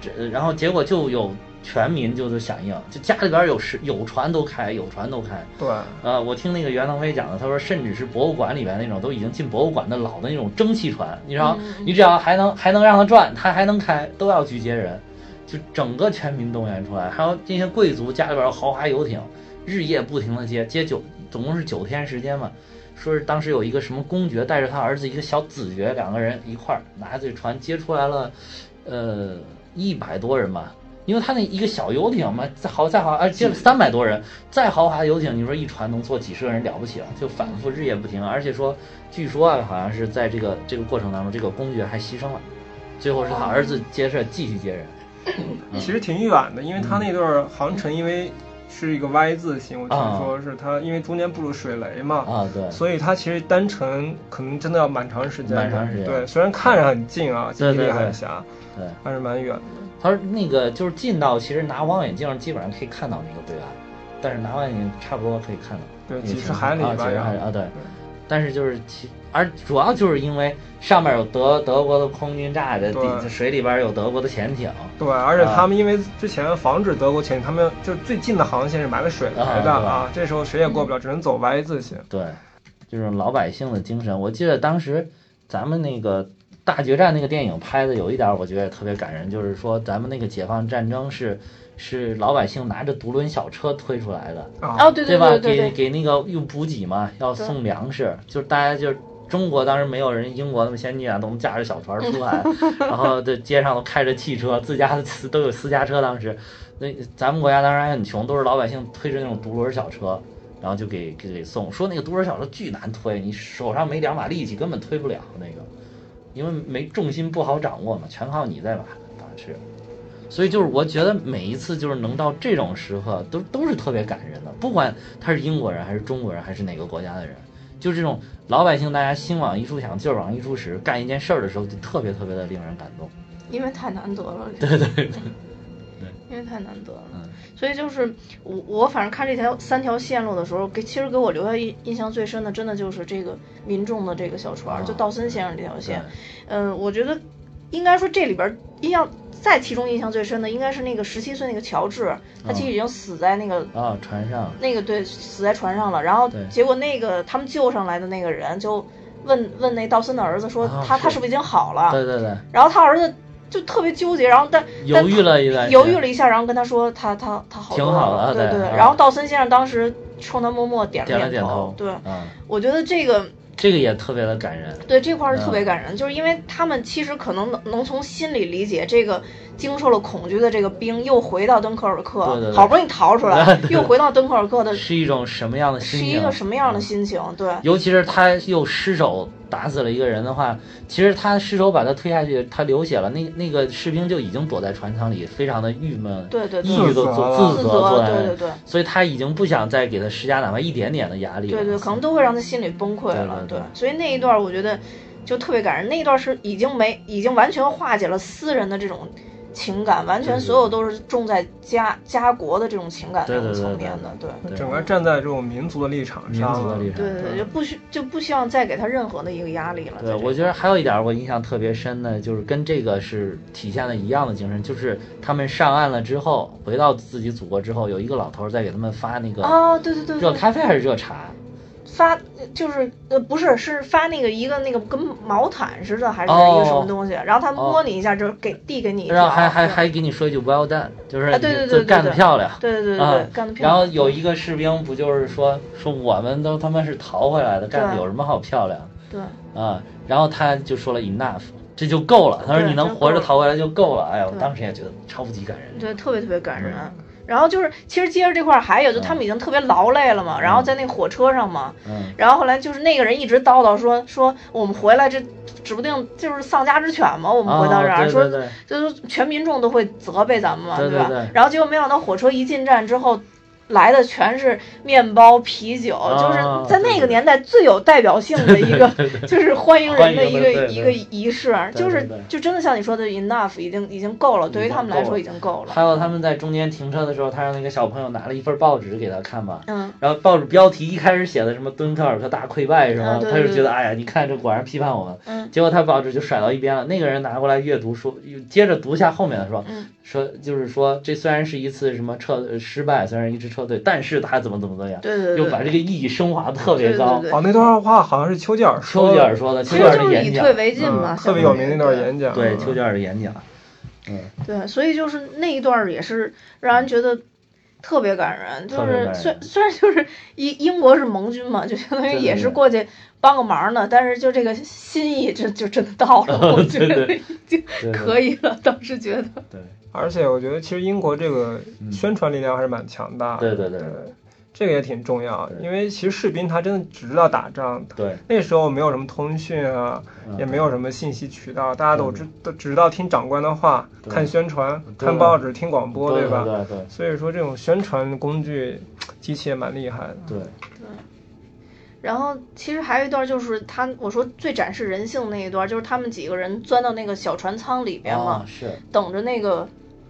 B: 这然后结果就有全民就是响应，就家里边有是有船都开，有船都开。
A: 嗯
C: 对，
B: 呃，我听那个袁腾飞讲的，他说，甚至是博物馆里面那种都已经进博物馆的老的那种蒸汽船，你知道，你只要还能还能让它转，它还能开，都要去接人，就整个全民动员出来，还有这些贵族家里边有豪华游艇，日夜不停的接接九，总共是九天时间嘛。说是当时有一个什么公爵带着他儿子一个小子爵，两个人一块儿拿着这船接出来了，呃，一百多人吧，因为他那一个小游艇嘛，再豪再豪，啊，接了三百多人，再豪华游艇，你说一船能坐几十个人了不起了，啊就反复日夜不停。啊而且说，据说啊，好像是在这个这个过程当中，这个公爵还牺牲了，最后是他儿子接着继续接人。嗯
C: 其实挺远的，因为它那段航程因为是一个 Y 字形，我听说是它因为中间布入水雷嘛，
B: 啊，对，
C: 哦所以它其实单程可能真的要蛮长时间的。
B: 蛮长时间
C: 对，虽然看着很近啊，
B: 对
C: 距离
B: 对
C: 海
B: 对
C: 峡，
B: 对，
C: 还是蛮远的。
B: 他说那个就是近到，其实拿望远镜基本上可以看到那个对岸，但是拿望远镜差不多可以看到，
C: 对
B: 那个
C: 几十
B: 情况
C: 海里
B: 啊
C: 吧嗯
B: 几十海里
C: 要
B: 啊，对
C: 对。
B: 但是就是其，而主要就是因为上面有德德国的空军炸的，
C: 对
B: 底水里边有德国的潜艇，
C: 对，
B: 啊
C: 而且他们因为之前防止德国潜艇，他们就最近的航线是埋了水雷的
B: 啊对
C: 啊，这时候谁也过不了，只能走 Y 字形。
B: 对，这种老百姓的精神。我记得当时咱们那个大决战那个电影拍的有一点儿，我觉得特别感人，就是说咱们那个解放战争是是老百姓拿着独轮小车推出来的，
A: 对，哦
C: 啊，
A: 对对
B: 吧？
A: 对对对，
B: 给给那个用补给嘛，要
A: 对
B: 送粮食，就是大家就是。中国当时没有人英国那么先进啊，都能驾着小船
A: [LAUGHS]
B: 出海，然后这街上都开着汽车，自家的私都有私家车。当时，那咱们国家当时还很穷，都是老百姓推着那种独轮小车，然后就给给给送。说那个独轮小车巨难推，你手上没两把力气根本推不了那个，因为没重心不好掌握嘛，全靠你在把把持。所以就是我觉得每一次就是能到这种时刻，都都是特别感人的。不管他是英国人还是中国人还是哪个国家的人，就这种老百姓大家心往一处想，劲儿往一处使，干一件事儿的时候就特别特别的令人感动。
A: 因为太难得了，
B: 对对对，
A: 因为太难得了。
B: 嗯
A: 所以就是我我反正看这条三条线路的时候，给其实给我留下印印象最深的，真的就是这个民众的这个小船，
B: 啊
A: 就道森先生这条线
B: 对。
A: 嗯，我觉得应该说这里边儿印象在其中印象最深的，应该是那个十七岁那个乔治，他其实已经死在那个、
B: 嗯啊，船上
A: 那个对死在船上了，然后
B: 对
A: 结果那个他们救上来的那个人就问问那道森的儿子说
B: 啊
A: 他、他
B: 是
A: 是不是已经好了？
B: 对对对，
A: 然后他儿子就特别纠结，然后但
B: 犹豫了一段时间
A: 犹豫了一下，然后跟他说他他他好多
B: 挺好的
A: 对
B: 对啊
A: 然后道森先生当时冲他默默点
B: 点
A: 了
B: 了点
A: 头
B: 头，，
A: 对，
B: 啊，
A: 我觉得这个
B: 这个也特别的感人。
A: 对这块儿是
B: 嗯
A: 特别感人，就是因为他们其实可能能能从心里理解这个经受了恐惧的这个兵又回到敦刻尔克，
B: 对对对
A: 好不容易逃出来，又回到敦刻尔克的
B: 是一嗯种什么样的心
A: 是
B: 情？啊
A: 一个什么样的心情？对。
B: 尤其是他又失手打死了一个人的话，其实他失手把他推下去，他流血了，那那个士兵就已经躲在船舱里，非常的郁闷，
A: 对对对
B: 抑郁都坐
A: 自
B: 自
A: 责
B: 责坐在那
A: 对
B: 里
A: 对对
B: 所以他已经不想再给他施加哪怕一点点的压力了。
A: 对对，可能都会让他心里崩溃
B: 对
A: 了。
B: 对对
A: 所以那一段我觉得就特别感人。那一段是已经没，已经完全化解了私人的这种情感，完
B: 嗯
A: 全所有都是重在家家国的这种情感
B: 对对对
A: 层面的，对。
B: 对
C: 整个站在这种民族的立场
B: 民
C: 上，
B: 族的立场。
A: 对对对，就不需就不希望再给他任何的一个压力了。在
B: 对，
A: 这
B: 我觉得还有一点儿我印象特别深的，就是跟这个是体现了一样的精神，就是他们上岸了之后，回到自己祖国之后，有一个老头儿在给他们发那个
A: 哦，对对对，
B: 热
A: 对
B: 咖啡还是热茶，
A: 发就是呃不是是发那个一个那个跟毛毯似的还是一个什
B: 哦
A: 么东西，然后他摸你一下就给递给你一条，
B: 然后还还
A: 对
B: 还给你说一句 well done，就是
A: 啊对对对
B: 你这
A: 对
B: 干得
A: 对
B: 漂亮。
A: 对对对对
B: 啊
A: 对，干得漂亮。
B: 然后有一个士兵不就是说说我们都他妈是逃回来的，干的
A: 对
B: 有什么好漂亮
A: 对
B: 啊？然后他就说了 enough，这就够了。他说
A: 对
B: 你能
A: 就
B: 活着
A: 够了
B: 逃回来就够了。哎呀，我
A: 对
B: 当时也觉得超级感人。
A: 对，特别特别感人。然后就是，其实接着这块儿还有，就他们已经特别劳累了嘛，然后在那火车上嘛，
B: 嗯，
A: 然后后来就是那个人一直叨叨说说我们回来这指不定就是丧家之犬嘛，我们回到这
B: 啊
A: 儿、
B: 对
A: 说
B: 对对
A: 就是全民众都会责备咱们嘛，
B: 对对
A: 吧？
B: 对
A: 然后结果没想到火车一进站之后，来的全是面包、啤酒，
B: 啊
A: 就是在那
B: 对
A: 个
B: 对
A: 年代最有代表性的一
B: [LAUGHS]
A: 个，就是欢迎人的一
B: 欢迎
A: 个
B: 的对对
A: 一个仪式，啊
B: 对
A: 就是
B: 对对
A: 就真的像你说的，enough 已经已经够了，对于他们来说已经够了。
B: 还有他们在中间停车的时候，他让那个小朋友拿了一份报纸给他看嘛，
A: 嗯，
B: 然后报纸标题一开始写的什么敦刻尔克大溃败什么，
A: 啊对
B: 他
A: 对
B: 就
A: 对
B: 觉得哎呀，你看这果然批判我们。
A: 嗯
B: 结果他报纸就甩到一边了，那个人拿过来阅读说，又接着读一下后面的说，
A: 嗯
B: 说就是说这虽然是一次什么撤呃失败，虽然一直撤退，但是他怎么怎么怎么样，
A: 对对
B: 又
A: 对
B: 把
A: 对，
B: 这个意义升华得特别
A: 对
B: 高。
A: 对对
C: 哦，那段话好像是丘吉尔说
B: 丘
C: 的，
B: 吉尔说的，丘
A: 其
B: 吉
A: 实
B: 尔
A: 就
B: 的
A: 是以
B: 演讲
A: 退，为进嘛，
C: 嗯，特别有名那段演讲，
B: 对
C: 嗯
B: 丘吉尔的演讲，
A: 对，所以就是那一段儿也是让人觉得特别感人，就
B: 特别感
A: 是虽
B: 人
A: 虽然就是英英国是盟军嘛，就相当于
B: 对对
A: 也
B: 对
A: 是过去帮个忙呢，但是就这个心意就就真的到了，
B: [LAUGHS]
A: 我觉
B: 对对
A: 得已经
B: 对对
A: 可以了，当时觉得，
B: 对
C: 而且我觉得其实英国这个
B: 嗯
C: 宣传力量还是蛮强大的，
B: 对对对
C: 对这个也挺重要，
B: 对
C: 因为其实士兵他真的只知道打仗，
B: 对，
C: 那时候没有什么通讯啊，
B: 嗯
C: 也没有什么信息渠道，大家都知都只知道听长官的话，
B: 对
C: 看宣传，
B: 对
C: 看报纸，听广播，
B: 对
C: 吧？
B: 对对
C: 所以说这种宣传工具，机器也蛮厉害的。
B: 对，
A: 然后其实还有一段就是他我说最展示人性那一段，就是他们几个人钻到那个小船舱里边嘛
B: 啊，是
A: 等着那个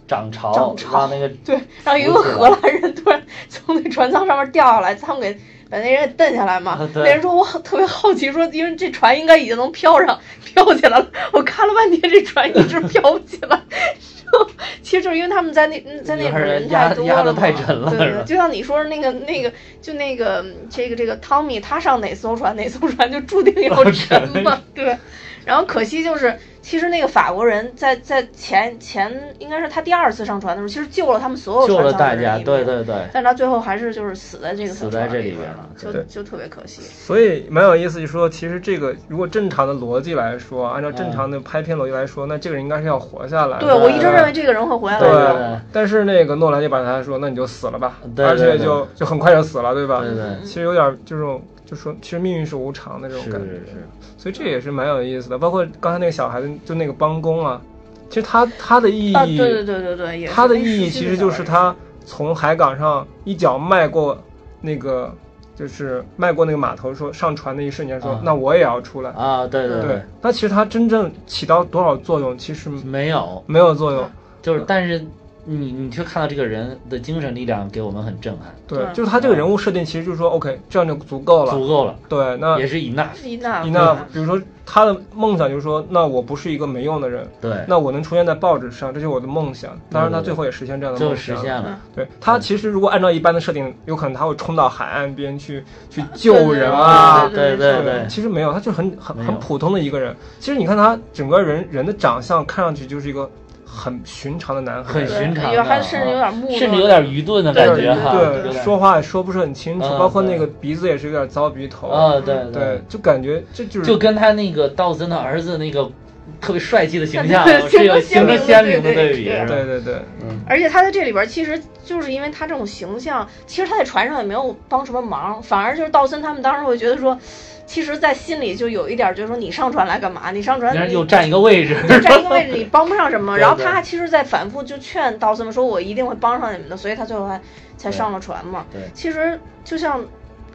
B: 涨潮
A: 哦涨，潮
B: 让那个
A: 对，然后一个
B: 浮起来
A: 荷兰人突然从那船舱上面掉下来，他们给把那人给蹬下来嘛。
B: 啊对
A: 那人说：“我特别好奇，说因为这船应该已经能飘上，飘起来了。我看了半天，这船一直飘不起来。 [LAUGHS] 然后其实就是因为他们在那在那里面人太多
B: 压压
A: 了
B: 得
A: 嘛，
B: 太沉了
A: 对
B: 是吧
A: 对，就像你说的那个那个，就那个嗯这个这个汤米，他上哪艘船，哪艘船就注定要
B: [LAUGHS] 哦
A: 沉嘛。对，然后可惜就是，其实那个法国人在在前前应该是他第二次上船的时候，其实救了他们所有
B: 救
A: 船
B: 了
A: 上的
B: 大
A: 人
B: 家，
A: 一命
B: 对，对对，
A: 但是他最后还是就是死在这个
B: 死
A: 小
B: 在
A: 船
B: 这
A: 里
B: 里边
A: 边
B: 了
A: 就
C: 对
A: 就特别可惜。
C: 所以蛮有意思，就说其实这个如果正常的逻辑来说，啊按照正
B: 嗯
C: 常的拍片逻辑来说，那这个人应该是要活下来的。
A: 对我一直认为这个人会活下来
C: 对
A: 的，
B: 对
C: 但是那个诺兰就把他说，那你就死了吧，
B: 对对
C: 而且
B: 对
C: 就就很快就死了，对吧？
B: 对对
C: 其实有点这种，就说其实命运是无常的这种
B: 是
C: 感觉，
B: 是是，
C: 所以这也是蛮有意思的。包括刚才那个小孩子，就那个帮工啊，其实他他的意义，
A: 啊，对对对对对，也是
C: 他的
A: 那
C: 意义
A: 时期
C: 其
A: 的
C: 实
A: 小
C: 就是
A: 人
C: 他从海港上一脚迈过那个，就是迈过那个码头说，上船的一瞬间说，
B: 啊
C: 那我也要出来。
B: 啊，对对
C: 对，，那其实他真正起到多少作用，其实
B: 没有，
C: 没有作用。
B: 就是但是你你却看到这个人的精神力量给我们很震撼，
C: 对，
A: 对
C: 就是他这个人物设定，其实就是说，OK，这样就足够了。嗯
B: 足够了，
C: 对，那
B: 也是 enough，
A: 伊娜
C: 你那比如说他的梦想就是说，那我不是一个没用的人，
B: 对，
C: 那我能出现在报纸上，这就是我的梦想。当然，他最后也实现这样的
B: 最后
C: 梦
B: 实
C: 想。
B: 现了，
C: 对他其实如果按照一般的设定，有可能他会冲到海岸边去去救人啊。
B: 对对对对
C: 其实没有，他就是很很
B: 没有
C: 很普通的一个人。其实你看他整个人人的长相，看上去就是一个很寻常的男孩
B: 很，寻常
A: 有点
B: 的，啊
A: 还甚至有点木讷
B: 甚至有点愚钝的感觉哈，
C: 对，
B: 有点
C: 说话也说不是很清楚，
B: 嗯
C: 包括
B: 对
C: 那个鼻子也是有点糟鼻头。
B: 啊，对
C: 对，，就感觉这
A: 嗯
C: 就是
B: 就跟他那个道森的儿子那个特别帅气的形象
A: [LAUGHS] 对
B: 是有
A: 形
B: 形
A: 成
B: 成
A: 鲜
B: 鲜
A: 明
B: 明
A: 的
B: 的
A: 对
B: 比，
A: 对
B: 是吧
C: 对对对，
B: 嗯，
A: 而且他在这里边，其实就是因为他这种形象，其实他在船上也没有帮什么忙，反而就是道森他们当时会觉得说，其实，在心里就有一点，就是说你上船来干嘛？你上船
B: 然后
A: 你
B: 又占一个位置，
A: 就 [LAUGHS] 占一个位置，你帮不上什么。
B: 对
A: 然后
B: 对
A: 他其实，在反复就劝道森说：“我一定会帮上你们的。”所以他最后还才
B: 对
A: 上了船嘛。
B: [LAUGHS] 对
A: 其实就像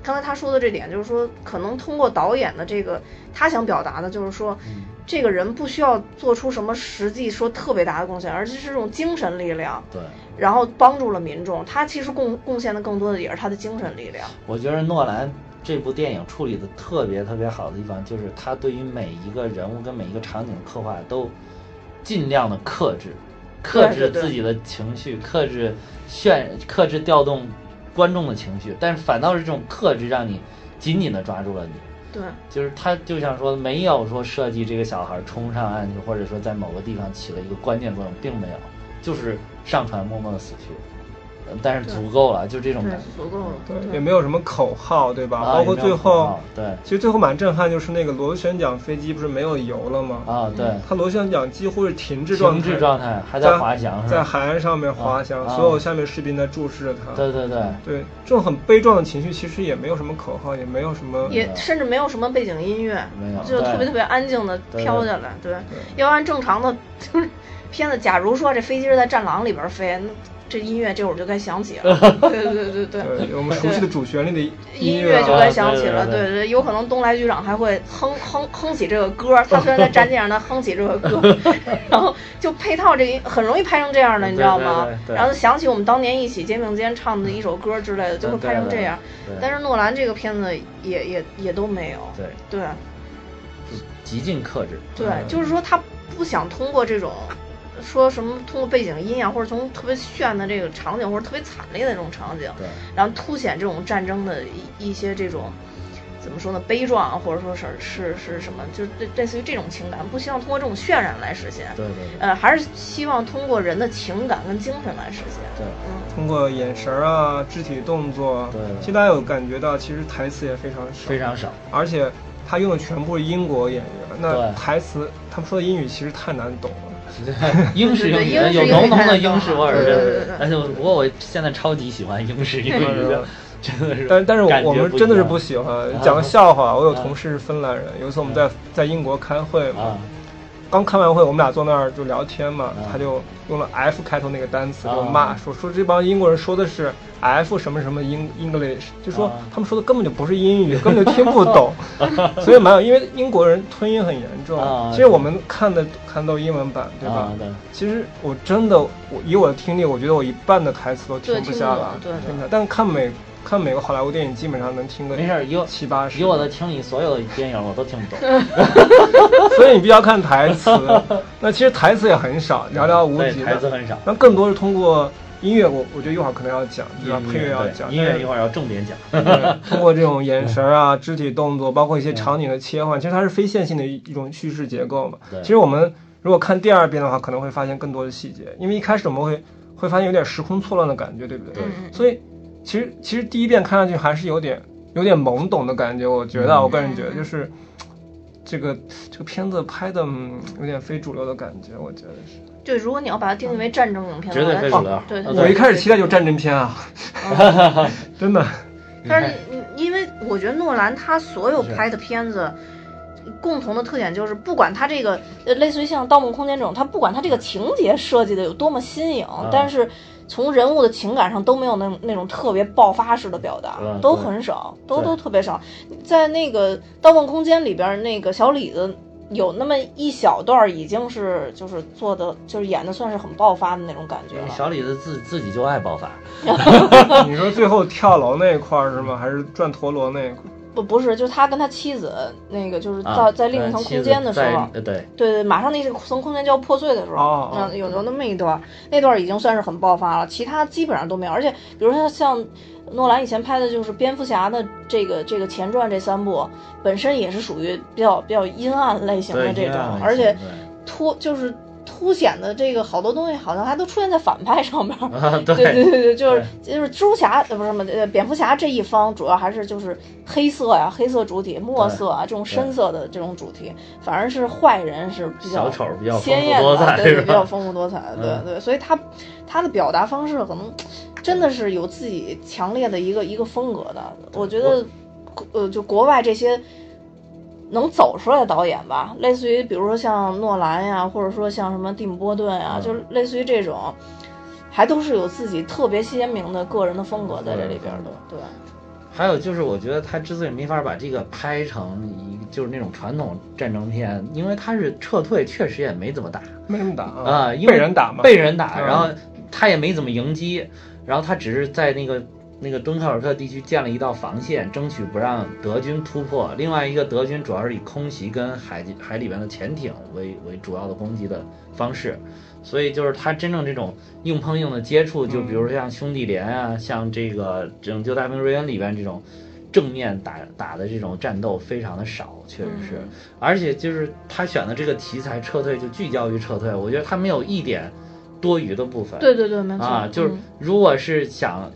A: 刚才他说的这点，就是说，可能通过导演的这个他想表达的就是说，
B: 嗯
A: 这个人不需要做出什么实际说特别大的贡献，而是这种精神力量，
B: 对，
A: 然后帮助了民众。他其实贡贡献的更多的也是他的精神力量。
B: 我觉得诺兰这部电影处理的特别特别好的地方，就是他对于每一个人物跟每一个场景的刻画都尽量的克制，克
A: 对
B: 制
A: 对
B: 自己的情绪，克制炫，克制调动观众的情绪，但是反倒是这种克制让你紧紧的抓住了你。
A: 对，
B: 就是他就像说没有说设计这个小孩冲上岸去，或者说在某个地方起了一个关键作用，并没有，就是上船默默的死去，呃但是
A: 对
B: 足够了，就这种
A: 对
B: 感觉，
A: 足够了。
C: 对，也没有什么口号，对吧？
B: 啊
C: 包括
B: 也没
C: 最
B: 有口
C: 后
B: 号，对
C: 其实最后蛮震撼，就是那个螺旋桨飞机不是没有油了吗？
B: 啊，
A: 嗯
B: 对，
C: 它螺旋桨几乎是停滞状态，
B: 停滞状态还
C: 在
B: 在滑翔是
C: 在
B: 吧？
C: 海岸上面滑翔，
B: 啊啊啊
C: 所有下面士兵在注视着它。
B: 对对对，
C: 对这种很悲壮的情绪，其实也没有什么口号，也没有什么。
A: 也甚至没有什么背景音乐
B: 没有，
A: 就特别
B: 对
A: 特别安静的
B: 对
A: 飘
B: 对
A: 下来。对，要按正常的就是片子，假如说这飞机是在《战狼》里边飞，那这音乐这会儿就该响起了。对对对对
C: 对我们熟悉的主旋律的
A: 音乐
C: 乐啊
A: 就该响起了，
B: 对对对
A: 对对，有可能东来局长还会哼哼哼起这个
B: [LAUGHS]
A: 歌，他虽然在战舰上，他哼起这个歌，然后就配套这音，很容易拍成这样的，你知道吗
B: 对对对？对
A: 然后想起我们当年一起肩并肩唱的一首歌之类的，就会拍成这样。
B: 对对
A: 但是诺兰这个片子也也也都没有，
B: 对，
A: 对
B: 就极尽克制，嗯
A: 对，就是说他不想通过这种。说什么通过背景音啊，或者从特别炫的这个场景，或者特别惨烈的这种场景，
B: 对，
A: 然后凸显这种战争的一一些这种怎么说呢，悲壮啊，或者说是是是什么，就是类类似于这种情感，不希望通过这种渲染来实现，
B: 对对对
A: 呃，还是希望通过人的情感跟精神来实现。
B: 对，
A: 嗯，
C: 通过眼神儿啊、肢体动作啊，
B: 对对
C: 其实大家有感觉到，其实台词也非常少，
B: 非
A: [LAUGHS]
B: 常少，
C: 而且他用的全部是英国演员，那
B: 对
C: 台词他们说的英语其实太难懂了。
B: 英式英语
A: 对对英式
B: 有
A: 英语
B: 浓浓
A: 太
B: 的
A: 重
B: 英式
A: 要
B: 味儿，
A: 了对对
B: 真的
A: 对对
B: 而且我不过我现在超级喜欢英式英语的，真的是，
C: 但但是
B: 感
C: 我
B: 觉
C: 我们
B: 一
C: 真的是
B: 样
C: 不喜欢
B: 啊。
C: 讲个笑话，我有同事是芬兰人，有一次我们在在英国开会嘛
B: 啊，，
C: 刚开完会，我们俩坐那儿就聊天嘛
B: 啊，
C: 他就用了 F 开头那个单词
B: 啊
C: 给我骂，说说这帮英国人说的是 F 什么什么英 English，就说
B: 啊
C: 他们说的根本就不是英
B: [LAUGHS]
C: 语，根本就听不懂，所以蛮有，因为英国人吞音很严重
B: 啊。
C: 其实我们看的看都英文版，对吧
B: 啊？对
C: 其实我真的，我以我的听力，我觉得我一半的台词都
A: 对
C: 听不下来，
A: 听不懂对
C: 听不下来。但看美看美国好莱坞电影，基本上能听个
B: 没事儿，以我
C: 七八十。
B: 以我的听你所有的电影我都听不
C: [LAUGHS]
B: 懂，
C: 所以你必须要看
B: [LAUGHS]
C: 台词。那其实台词也很少，寥寥无
B: 对
C: 几。
B: 台词很少。
C: 那更多是通过音乐，我我觉得一会儿可能要讲，对吧？配乐要
B: 对
C: 讲，
B: 音乐一
C: 有。
B: 会儿要重
C: [LAUGHS]
B: 点讲。
C: 对通过这种眼神啊、肢体动作，包括一些场景的切换，其实它是非线性的一一种叙事结构嘛
B: 对。
C: 其实我们如果看第二遍的话，可能会发现更多的细节，因为一开始我们会会发现有点时空错乱的感觉，对不对？
A: 嗯嗯
C: 所以其实其实第一遍看上去还是有点有点懵懂的感觉，我觉得啊，
B: 嗯
C: 我个人觉得就是。嘖这个这个片子拍的、嗯、有点非主流的感觉，我觉得是。
A: 对，如果你要把它定义为战争影片的
B: 绝
A: 话，
B: 对
A: 它
B: 非主流
A: 对，
B: 啊
A: 它
C: 我一开始期待
A: 对嗯
C: 就是战争片啊，真
B: [LAUGHS]
C: 的。
A: 但是你你因为我觉得诺兰他所有拍的片子。共同的特点就是，不管他这个呃，类似于像《盗梦空间》这种，他不管他这个情节设计的有多么新颖，
B: 啊
A: 但是从人物的情感上都没有那种那种特别爆发式的表达，
B: 嗯
A: 都
B: 对
A: 很少，都
B: 对
A: 都特别少。在那个《盗梦空间》里边，那个小李子有那么一小段儿，已经是就是做的就是演的算是很爆发的那种感觉了。
B: 嗯小李子自自己就爱爆发，
C: 你说最后跳楼那一块儿是吗？还是转陀螺那一块儿？
A: 不不是，就是他跟他妻子那个就是在、
B: 啊，
A: 在另一层空间的时
B: 在
A: 候，
B: 呃对，
A: 对对，马上那层空间就要破碎的时候，
C: 哦哦
A: 嗯，有有那么一段儿，那段儿已经算是很爆发了，其他基本上都没有。而且比如说像诺兰以前拍的就是蝙蝠侠的这个这个前传这三部，本身也是属于比较比较阴暗类型的
B: 对
A: 这
B: 阴
A: 种
B: 暗，
A: 而且
B: 对
A: 突就是凸显的这个好多东西好像还都出现在反派上面儿。 [LAUGHS]
B: 啊
A: 对对
B: 对
A: 对对，就是就是蜘蛛侠呃不是什么呃蝙蝠侠这一方主要还是就是黑色呀、黑色主体、墨色啊这种深色的这种主题，反而是坏人是比较
B: 小丑比较丰富
A: 鲜艳
B: 多
A: 的，
B: 彩
A: 对对，
B: 是吧
A: 比较丰富多彩，对
B: 嗯
A: 对，所以他他的表达方式可能真的是有自己强烈的一个一个风格的，我觉得呃就国外这些。能走出来的导演吧，类似于比如说像诺兰呀，或者说像什么蒂姆·波顿啊，
B: 嗯
A: 就是类似于这种，还都是有自己特别鲜明的个人的风格在这里边的。对，
B: 还有就是，我觉得他之所以没法把这个拍成一就是那种传统战争片，因为他是撤退，确实也没怎么打
C: 没什么打
B: 啊，因为
C: 被人打嘛，
B: 被人打，
C: 嗯
B: 然后他也没怎么迎击，然后他只是在那个那个敦刻尔克地区建了一道防线，争取不让德军突破。另外一个德军主要是以空袭跟海海里边的潜艇为为主要的攻击的方式，所以就是他真正这种硬碰硬的接触，就
C: 嗯
B: 比如像兄弟连啊，像这个《拯救大兵瑞恩》里边这种。正面打打的这种战斗非常的少，确实是，而且就是他选的这个题材撤退就聚焦于撤退，我觉得他没有一点多余的部分。
A: 对对对，没错，
B: 啊，就是
A: 嗯
B: 如果是想，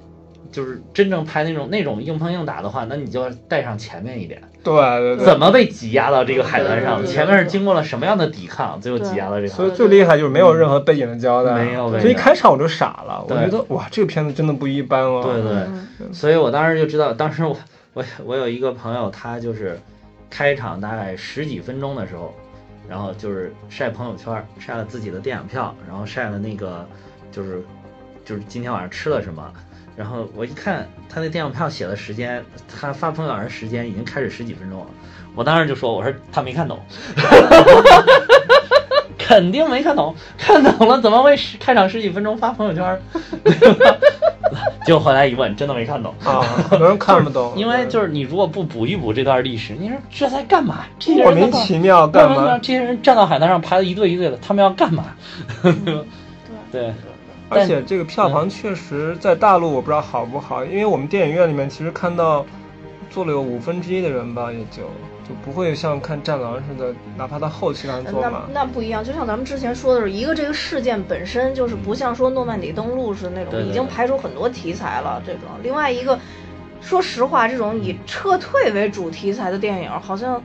B: 就是真正拍那种那种硬碰硬打的话，那你就要带上前面一点，
C: 对对对。
B: 怎么被挤压到这个海滩上
A: 对
B: 的？
A: 对对
B: 前面是经过了什么样的抵抗，最后
A: 对
B: 挤压到这个海
C: 所以
B: 滩？
C: 最厉害就是没有任何背景的交代，
B: 没有背景
C: 所以一开场我就傻了，我
B: 对
C: 觉得哇，这个片子真的不一般哦。
B: 对对 [LAUGHS]
A: 嗯
B: 所以我当时就知道，当时我我我有一个朋友，他就是开场大概十几分钟的时候，然后就是晒朋友圈，晒了自己的电影票，然后晒了那个就是就是今天晚上吃了什么。然后我一看他那电影票写的时间，他发朋友圈的时间已经开始十几分钟了，我当时就说我说他没看懂， [LAUGHS] 肯定没看懂，看懂了怎么会十开场十几分钟发朋友圈？结果后来一问，真的没看懂。
C: 啊，很多人看不懂，
B: [LAUGHS] 因为就是是你如果不补一补这段历史，你说这在干嘛？这些
C: 莫
B: 人在
C: 名其妙干
B: 莫名其妙
C: 嘛？
B: 这些人站到海滩上排的一队一队的，他们要干嘛？
A: 嗯
B: [LAUGHS] 对，
C: 而且这个票房确实在大陆我不知道好不好，因为我们电影院里面其实看到做了有五分之一的人吧，也就就不会像看《战狼》似的，哪怕他后期让他做
A: 呃那
C: 嘛，
A: 那不一样，就像咱们之前说的是，一个这个事件本身就是不像说诺曼底登陆是那种
B: 嗯对对对
A: 已经排除很多题材了这种，另外一个。说实话，这种以撤退为主题材的电影，好像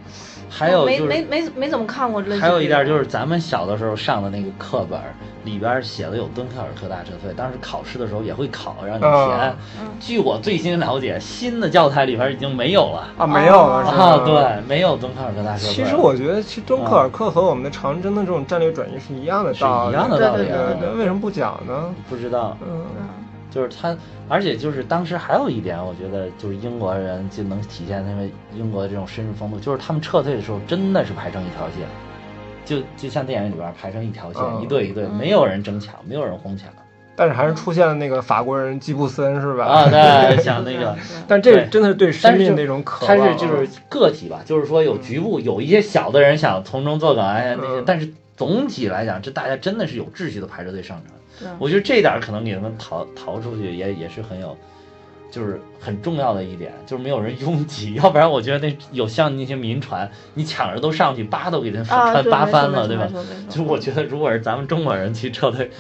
B: 还有
A: 哦没
B: 就是
A: 没没没怎么看过类似于这种。
B: 还有一点就是咱们小的时候上的那个课本儿里边写的有敦刻尔克大撤退，当时考试的时候也会考，让你填
C: 啊。
A: 嗯
B: 据我最新了解，新的教材里边已经没有了
C: 啊没有了是吧？
B: 啊，对，没有敦刻尔克大撤退。
C: [LAUGHS] 其实我觉得，其实敦刻尔克和我们的长征的这种战略转移是一样的
B: 是
C: 道
B: 一
C: 理，
B: 样的
A: 对
B: 道理
A: 对
B: 啊
C: 对对，为什么不讲呢？
B: 不知道。
C: 嗯，
A: 嗯
B: 就是他，而且就是当时还有一点，我觉得就是英国人就能体现他们英国的这种绅士风度，就是他们撤退的时候真的是排成一条线，就就像电影里边排成一条线，
C: 嗯
B: 一队一队，没有人争抢，没有人哄抢
C: 但是还是出现了那个法国人吉布森是吧？
B: 啊，对，像那个，
C: 但这
B: 对
C: 真的是对
B: 但
C: [LAUGHS] 生
B: 是
C: 命
B: 就
C: 那种渴
B: 他
C: 望啊，
B: 是就是个体吧，就是说有局部有一些小的人想从中作梗，哎呀那些
C: 嗯，
B: 但是总体来讲，这大家真的是有秩序的排着队上场。
A: 对
B: 我觉得这一点儿可能给他们逃逃出去也也是很有，就是很重要的一点，就是没有人拥挤， [LAUGHS] 要不然我觉得那有像那些民船，你抢着都上去，扒都给人
A: 啊，
B: 船
A: 对
B: 扒
A: 没错
B: [LAUGHS] 翻
A: 没
B: 了，
A: 错
B: 对吧
A: 没？错没错
B: 就我觉得，如果是咱们中国人去撤退，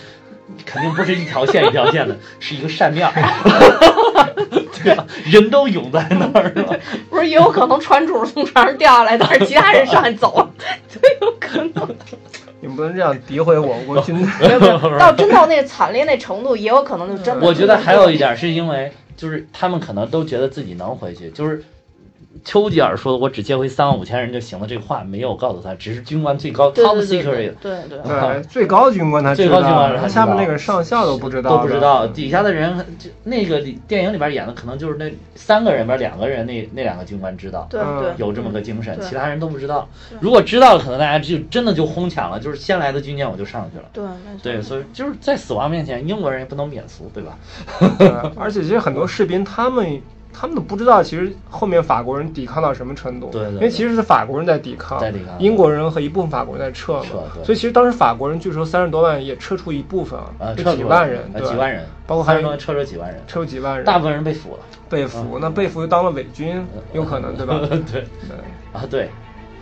B: 肯定不是一条线一条线的，是一个扇面儿， [LAUGHS] 对吧？人都涌在那儿
A: [LAUGHS]
B: 了，
A: 不是也有可能船主从船上掉下来，但是其他人上去走了， [LAUGHS] 对，有可能。
C: 你不能这样诋毁我国军队。
A: 没
B: [LAUGHS]
A: 有没有到真到那惨烈那程度，也有可能就真的。
B: 我觉得还有一点是因为，就是他们可能都觉得自己能回去，就是丘吉尔说的“我只接回三万五千人就行了”这个话没有告诉他，只是军官最高
A: 对
B: top
A: 对对
B: secret
A: 对对，
C: 对，最高军官他知
B: 最
C: 道，
B: 高军官他知道
C: 他下面那个上校都不知道，嗯
B: 都不知道，底下的人就那个里电影里边演的可能就是那三个人里边两个人那那两个军官知道。
A: 对
C: 嗯
A: 对，
B: 有这么个精神，
A: 嗯对
B: 其他人都不知道
A: 对。
B: 如果知道了，可能大家就真的就哄抢了，就是先来的军舰我就上去了。
A: 对，没错
B: 对，所以就是在死亡面前，英国人也不能免俗，对吧？
C: 对。而且其实很多士兵他们。他们都不知道，其实后面法国人抵抗到什么程度。
B: 对对对
C: 因为其实是法国人在抵抗，
B: 在抵抗
C: 英国人和一部分法国人在撤嘛。
B: 撤对
C: 所以其实当时法国人据说三十多万也撤出一部分
B: 啊，
C: 就
B: 撤出
C: 几
B: 了
C: 万人，
B: 呃
C: 对
B: 几万人，
C: 包括还
B: 三
C: 有
B: 十多人撤出几万人，
C: 撤出几万人，
B: 大部分人被俘了。
C: 被
B: 嗯
C: 俘，那被俘就当了伪军，有可能
B: [LAUGHS]
C: 对吧？
B: 对
C: 对
B: 啊，对，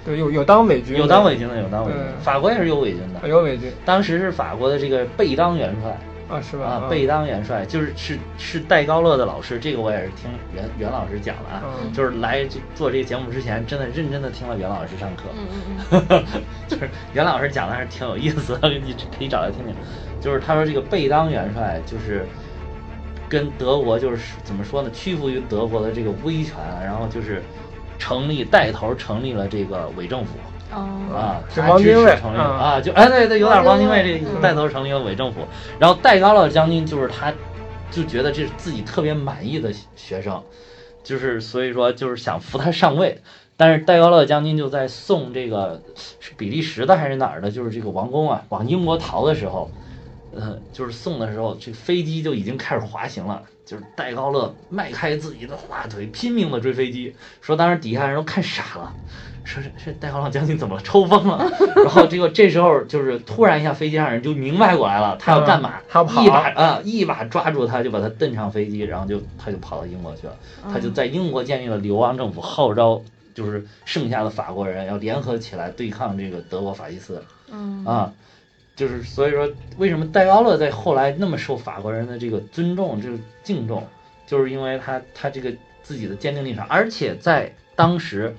C: 对，有有当伪军的，
B: 有当伪军的，有当伪军的
C: 对，
B: 法国也是有伪军
C: 啊
B: 的。
C: 有伪军
B: 当时是法国的这个贝当元帅
C: 啊，是吧？
B: 啊
C: 啊，
B: 贝当元帅就是是是戴高乐的老师，这个我也是听袁袁老师讲的啊，
C: 嗯
B: 就是来这做这个节目之前，真的认真的听了袁老师上课，
A: 嗯嗯嗯，
B: [LAUGHS] 就是袁老师讲的还是挺有意思的，你可以找来听听。就是他说这个贝当元帅就是跟德国就是怎么说呢，屈服于德国的这个威权，然后就是成立带头成立了这个伪政府。
A: 哦，
B: 啊，
C: 是
B: 他
C: 汪
B: 支
C: 精
B: 持
C: 卫
B: 成立
C: 嗯
B: 啊，就哎对对，有点汪精卫
A: 汪精
B: 这
A: 卫
B: 个
A: 嗯
B: 带头成立了伪政府，然后戴高乐将军就是他，就觉得这是自己特别满意的学生，就是所以说就是想扶他上位。但是戴高乐将军就在送这个是比利时的还是哪儿的，就是这个王公啊，往英国逃的时候，呃，就是送的时候，这飞机就已经开始滑行了。就是戴高乐迈开自己的大腿，拼命的追飞机，说当时底下人都看傻了，说这这戴高乐将军怎么了，抽风了？ [LAUGHS] 然后这个这时候就是突然一下，飞机上人就明白过来了，他要干嘛？
C: 嗯他要跑
B: 一把啊、一把抓住他，就把他蹬上飞机，然后就他就跑到英国去了。
A: 嗯
B: 他就在英国建立了流亡政府，号召就是剩下的法国人要联合起来对抗这个德国法西斯
A: 嗯
B: 啊。就是所以说，为什么戴高乐在后来那么受法国人的这个尊重、这个敬重，就是因为他他这个自己的坚定立场，而且在当时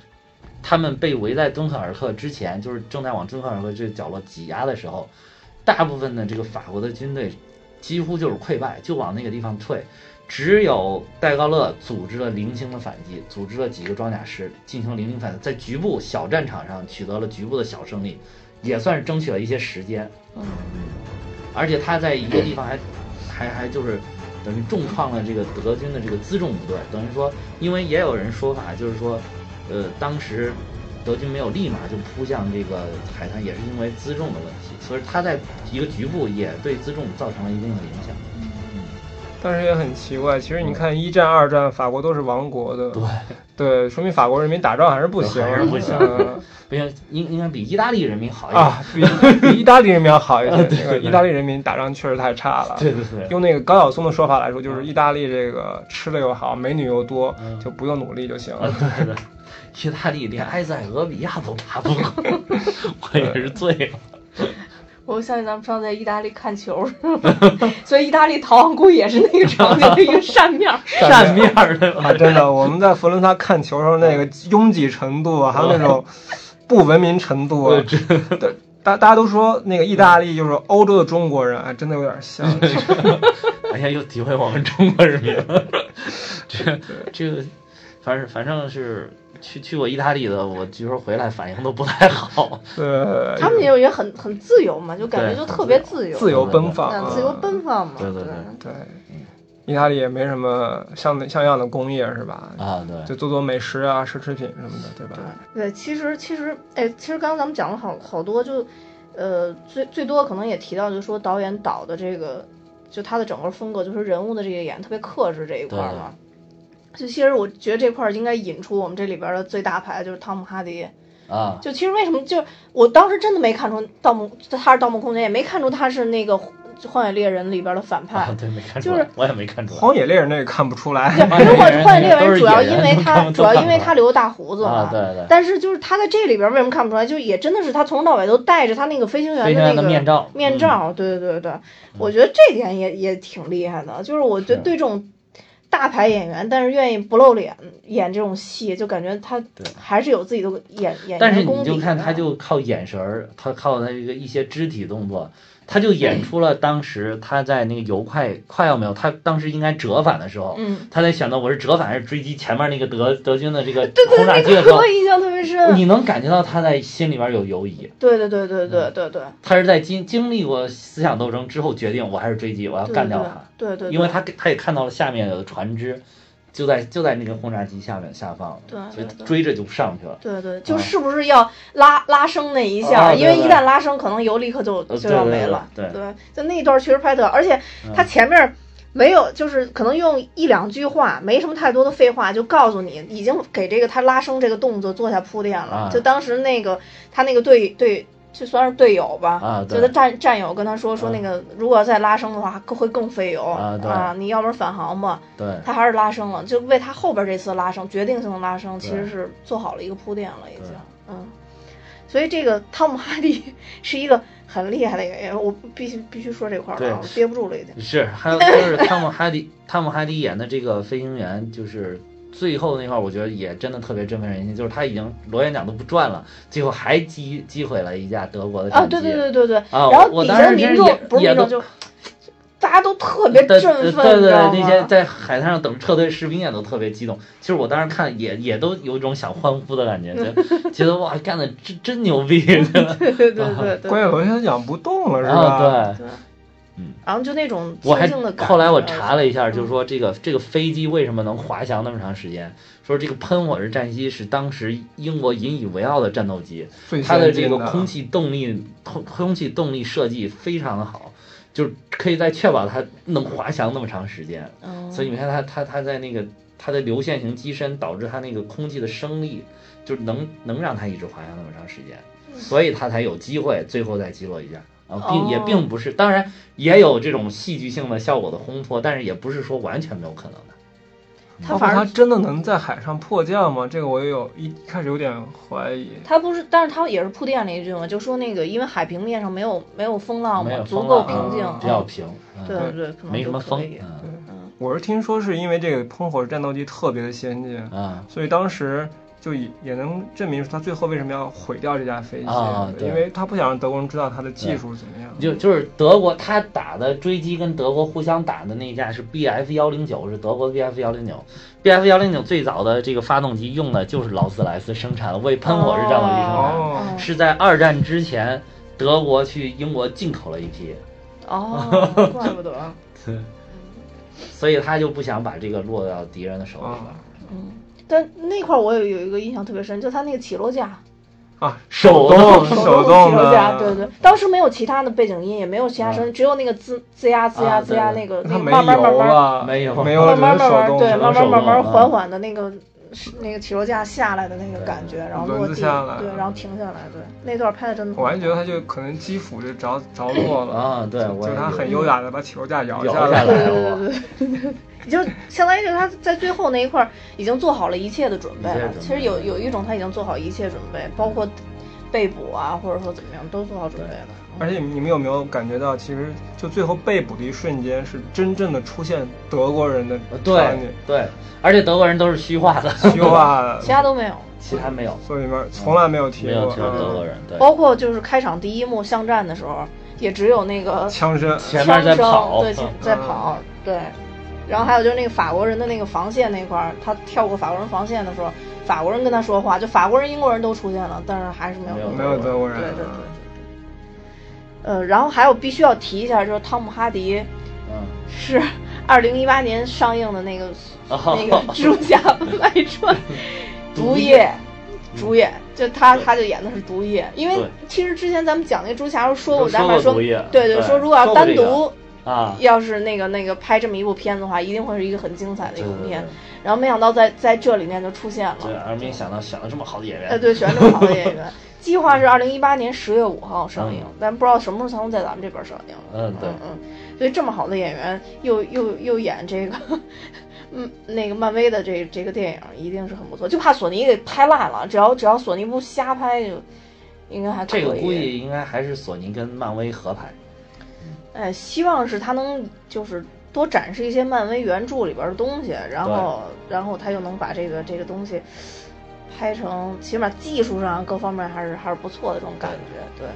B: 他们被围在敦刻尔克之前，就是正在往敦刻尔克这个角落挤压的时候，大部分的这个法国的军队几乎就是溃败，就往那个地方退。只有戴高乐组织了零星的反击，组织了几个装甲师进行零星反击，在局部小战场上取得了局部的小胜利，也算是争取了一些时间。
A: 嗯
B: 而且他在一个地方还还还就是等于重创了这个德军的这个辎重部队，等于说，因为也有人说法就是说，呃，当时德军没有立马就扑向这个海滩，也是因为辎重的问题，所以他在一个局部也对辎重造成了一定的影响。
C: 但是也很奇怪，其实你看一战、二战，法国都是亡国的，
B: 对，
C: 对，说明法国人民打仗还是不行，
B: 还是不行
C: 呃
B: 不行，应应该比意大利人民好一点。
C: [LAUGHS] 啊，比比意大利人民要好一
B: 啊
C: 些。
B: [LAUGHS] 对
C: 那个意大利人民打仗确实太差了。
B: 对对对，
C: 用那个高晓松的说法来说，就是意大利这个吃的又好，美女又多
B: 嗯，
C: 就不用努力就行
B: 啊
C: 了。
B: 对对，意大利连埃塞俄比亚都打不过， [LAUGHS] 我也是醉了。
A: 我想起咱们上次在意大利看球， [LAUGHS] 所以意大利逃亡谷也是那个场景的一个扇面
C: [LAUGHS]
A: 儿。
C: 哎
B: 扇面儿对吧
C: 啊，？真的，我们在佛罗伦萨看球时候，那个拥挤程度啊，还有那种不文明程度啊，对大大家都说那个意大利就是欧洲的中国人，哎，真的有点像。
B: 哎呀，又诋毁我们中国人民了。这这个，反正反正是去去过意大利的，我据说回来反应都不太好。
C: [LAUGHS] 对，
A: 他们也也很很自由嘛，就感觉
B: 对
A: 就特别自由，
C: 自由奔放
A: 嗯，
C: 啊，
A: 自由奔放嘛。
B: 对对对
C: 对，意大利也没什么像像样的工业是吧？
B: [LAUGHS] 啊，对，
C: 就做做美食啊、奢侈品什么的，对吧？
A: 对，其实其实，哎，其实刚刚咱们讲了好好多，就，呃，最最多可能也提到，就是说导演导的这个，就他的整个风格，就是人物的这个演特别克制这一块儿嘛。就其实我觉得这块儿应该引出我们这里边儿的最大牌，就是汤姆哈迪。
B: 啊，
A: 就其实为什么，就我当时真的没看出《盗墓》他是《盗梦空间》，也没看出他是那个《荒野猎人》里边儿的反派。
B: 啊，对，没看出来，
A: 就是
B: 我也没看出来。
C: 荒野猎人那个看不出来，
A: 对，如果
B: 猎人
A: 换猎
B: 都
A: 人
B: 是
A: 主要
B: 野
A: 因
B: 人
A: 为
B: 他
A: 他
B: 们都
A: 主要
B: 看
A: 因为
B: 不
A: 他留大胡子嘛，
B: 啊，对对，
A: 但是就是他在这里边为什么看不出来？就也真的是他从头到尾都戴着他那个飞行员
B: 飞行员
A: 那
B: 的
A: 个
B: 面罩，嗯
A: 面罩，对对对对，我觉得这点也也挺厉害的。就是我觉得
B: 是
A: 对这种大牌演员，但是愿意不露脸演这种戏，就感觉他
B: 对
A: 还是有自己的演演
B: 但是
A: 员功
B: 你
A: 底的。
B: 就看他就靠眼神儿，他靠他一个一些肢体动作，他就演出了当时他在那个油快快要没有，他当时应该折返的时候，
A: 嗯，
B: 他在选择我是折返还是追击前面那个德德军的这个
A: 对对
B: 轰炸机的
A: 对，那
B: 时
A: 个
B: 候
A: 我，印象特别深。
B: 你能感觉到他在心里边有犹疑，
A: 对对对对对对对，
B: 他是在经经历过思想斗争之后决定我还是追击，我要
A: 对
B: 干掉他，，
A: 对对对，
B: 因为他他也看到了下面有船只，就在就在那个轰炸机下面下方，
A: 对
B: 所以
A: 啊对对
B: 追着就上去了。
A: 对对，就是不是要拉拉升那一下，
B: 啊对
A: 因为一
B: 对
A: 旦拉升，可能油立刻就
B: 呃
A: 就
B: 对
A: 要
B: 对
A: 没
B: 对
A: 了。
B: 对嗯
A: 就那一段确实拍特，而且他前面没有，就是可能用一两句话，没什么太多的废话，就告诉你已经给这个他拉升这个动作做下铺垫了。
B: 啊
A: 就当时那个他那个队队。就算是队友吧，
B: 啊对
A: 就他战战友跟他说说
B: 啊
A: 那个，如果要再拉升的话，会更费油
B: 啊对
A: 你要不然返航吧，
B: 对
A: 他还是拉升了，就为他后边这次拉升决定性的拉升，其
B: 对
A: 实是做好了一个铺垫了，已经
B: 对，
A: 嗯，所以这个汤姆哈迪 [LAUGHS] 是一个很厉害的演员，我必须必须说这块儿
B: 对
A: 了，我憋不住了已经，
B: 是，还有就是汤姆哈 [LAUGHS] 迪，汤姆哈迪演的这个飞行员，就是最后那块儿，我觉得也真的特别振奋人心，就是他已经螺旋桨都不转了，最后还击击毁了一架德国的战
A: 啊，
B: 机。
A: 对对对对对，
B: 啊
A: 然后
B: 我
A: 底
B: 当
A: 下
B: 时
A: 民
B: 真
A: 众
B: 也
A: 不是
B: 也
A: 民众
B: 都
A: 就，大家都特别
B: 对
A: 振奋，
B: 对
A: 你
B: 对
A: 知道
B: 对，那些
A: 吗？
B: 在海滩上等撤退士兵也都特别激动。其实我当时看也也都有一种想欢呼的感觉，
A: [LAUGHS]
B: 就觉得哇，干的真真牛逼！
A: 啊对对对对对
B: [LAUGHS]
C: 关键螺旋桨不动了是
B: 然后
C: 吧？
B: 对，
A: 对。
B: 嗯，
A: 然后就那种
B: 我还
A: 平静的感觉。嗯
B: 后来我查了一下，就是说这个这个飞机为什么能滑翔那么长时间？说这个喷火式战机是当时英国引以为傲的战斗机，
C: 最
B: 它的
C: 先
B: 这
C: 进
B: 个
C: 的啊
B: 空气动力空空气动力设计非常的好，就是可以在确保它能滑翔那么长时间。
A: 嗯，
B: 所以你看它它它在那个它的流线型机身导致它那个空气的升力，就是能能让它一直滑翔那么长时间，
A: 嗯
B: 所以它才有机会最后再击落一下。啊，并也
A: 哦
B: 并不是，当然也有这种戏剧性的效果的烘托，但是也不是说完全没有可能的。
A: 它
C: 包括
A: 反
C: 它
A: 而
C: 真的能在海上迫降吗？这个我也有一一开始有点怀疑。
A: 它不是，但是它也是铺垫了一句嘛，就说那个因为海平面上没有没有风浪
B: 没
A: 嘛，
B: 有
A: 足
B: 风
A: 够
B: 浪
A: 平静，
C: 啊
B: 比较平，嗯、
A: 对对对，可能
B: 没什
A: 就
B: 么
A: 可
B: 风
A: 以，
B: 嗯
A: 嗯，
C: 我是听说是因为这个喷火战斗机特别的先进，
B: 啊
C: 所以当时就也也能证明他最后为什么要毁掉这架飞机，
B: 啊对
C: 因为他不想让德国人知道他的技术怎么样。
B: 就就是德国他打的追击跟德国互相打的那一架是 Bf 幺零九，是德国 Bf 幺零九。Bf 幺零九最早的这个发动机用的就是劳斯莱斯生产的，为喷火式战斗机生产的，
C: 哦，
B: 是在二战之前德国去英国进口了一批，
C: [LAUGHS]
A: 哦，怪不得，
B: 所以他就不想把这个落到敌人的手里
C: 哦
B: 了。
A: 嗯，但那块儿我也有一个印象特别深，就它那个起落架，
C: 啊，
B: [LAUGHS] 手
C: 动
B: 动
C: 手
A: 动起落架，
C: 的，嗯
A: 对对，当时没有其他的背景音，也没有其他声音，只有那个吱吱呀吱
B: 啊
A: 呀
B: 对
A: 吱呀
B: 对
A: 那个那
C: 他
A: 个嗯
C: 没
A: 慢慢慢
C: 油
A: 慢
C: 了，
B: 没有
C: 没有了，
A: 慢
C: 只
A: 慢慢
C: 能手
A: 慢
C: 动
A: 对，
C: 只能
A: 慢慢
B: 手
A: 慢慢
B: 动啊
A: 缓缓的那个是那个起落架下来的那个感觉，然后
C: 轮
A: 落
C: 子
A: 地
C: 下来，
A: 对，然后停下来，对，那段拍的真的很好，
C: 我还觉得他就可能基辅就着着落了
B: 啊对
C: 就
B: 我也
C: 就他
B: 觉得
C: 很优雅的把起落架摇
B: 摇
C: 下
B: 下
C: 来，
B: 来
A: 对
B: 了，
A: 对对对， [LAUGHS] 就相当于就是他在最后那一块儿已经做好了一切的准备
B: 一
A: 了
B: 切准。备嗯
A: 其实有有一种他已经做好一切准备，包括被捕啊，或者说怎么样，都做好准备了。
C: 而且你们有没有感觉到，其实就最后被捕的一瞬间，是真正的出现德国人的
A: 呃
B: 我
C: 场
B: 对
C: 景，
B: 对，而且德国人都是虚化的，
C: 虚化，
A: [LAUGHS] 其他都没有，
B: 其他没有，
C: 所以里面从来没有提
B: 没有
C: 过
B: 只有德国人。对，
A: 包括就是开场第一幕巷战的时候，也只有那个
C: 嗯枪声，
B: 前面在
A: 枪声
B: 跑
A: 对，
B: 嗯
A: 在跑，对。然后还有就是那个法国人的那个防线那块儿，他跳过法国人防线的时候，法国人跟他说话，就法国人、英国人都出现了，但是还是没有
B: 没有
A: 用
C: 没有德国人，
A: 对对对对对。呃，然后还有必须要提一下，就是汤姆哈迪
B: 嗯，
A: 是二零一八年上映的那个、
B: 哦
A: 那
B: [LAUGHS]
A: 个蜘蛛侠外传毒液。主演就他，他就演的是毒液，因为
B: 嗯对
A: 其实之前咱们讲那个蜘蛛侠时候说过，
B: 说
A: 咱们还
B: 过
A: 说，
B: 毒液
A: 对
B: 对
A: 说如果要
B: 说过
A: 单
B: 这个
A: 独
B: [LAUGHS] 啊，
A: 要是那个那个拍这么一部片子的话，一定会是一个很精彩的一
B: 对
A: 部
B: 对
A: 片
B: 对。
A: 然后没想到在在这里面就出现了，
B: 对，而没想到选了这么好的演员。
A: 呃，对，选这么好的演
B: [LAUGHS]
A: 员。计划是二零一八年十月五号上映
B: 嗯，
A: 但不知道什么时候才能在咱们这边上映。
B: 嗯对
A: 嗯嗯，所以这么好的演员又又又演这个，嗯，那个漫威的这这个电影一定是很不错，就怕索尼给拍烂了。只要只要索尼不瞎拍就。应该还可以
B: 这个估计应该还是索尼跟漫威合拍。
A: 哎，希望是他能就是多展示一些漫威原著里边的东西，然后然后他又能把这个这个东西拍成，起码技术上各方面还是还是不错的这种感觉，对。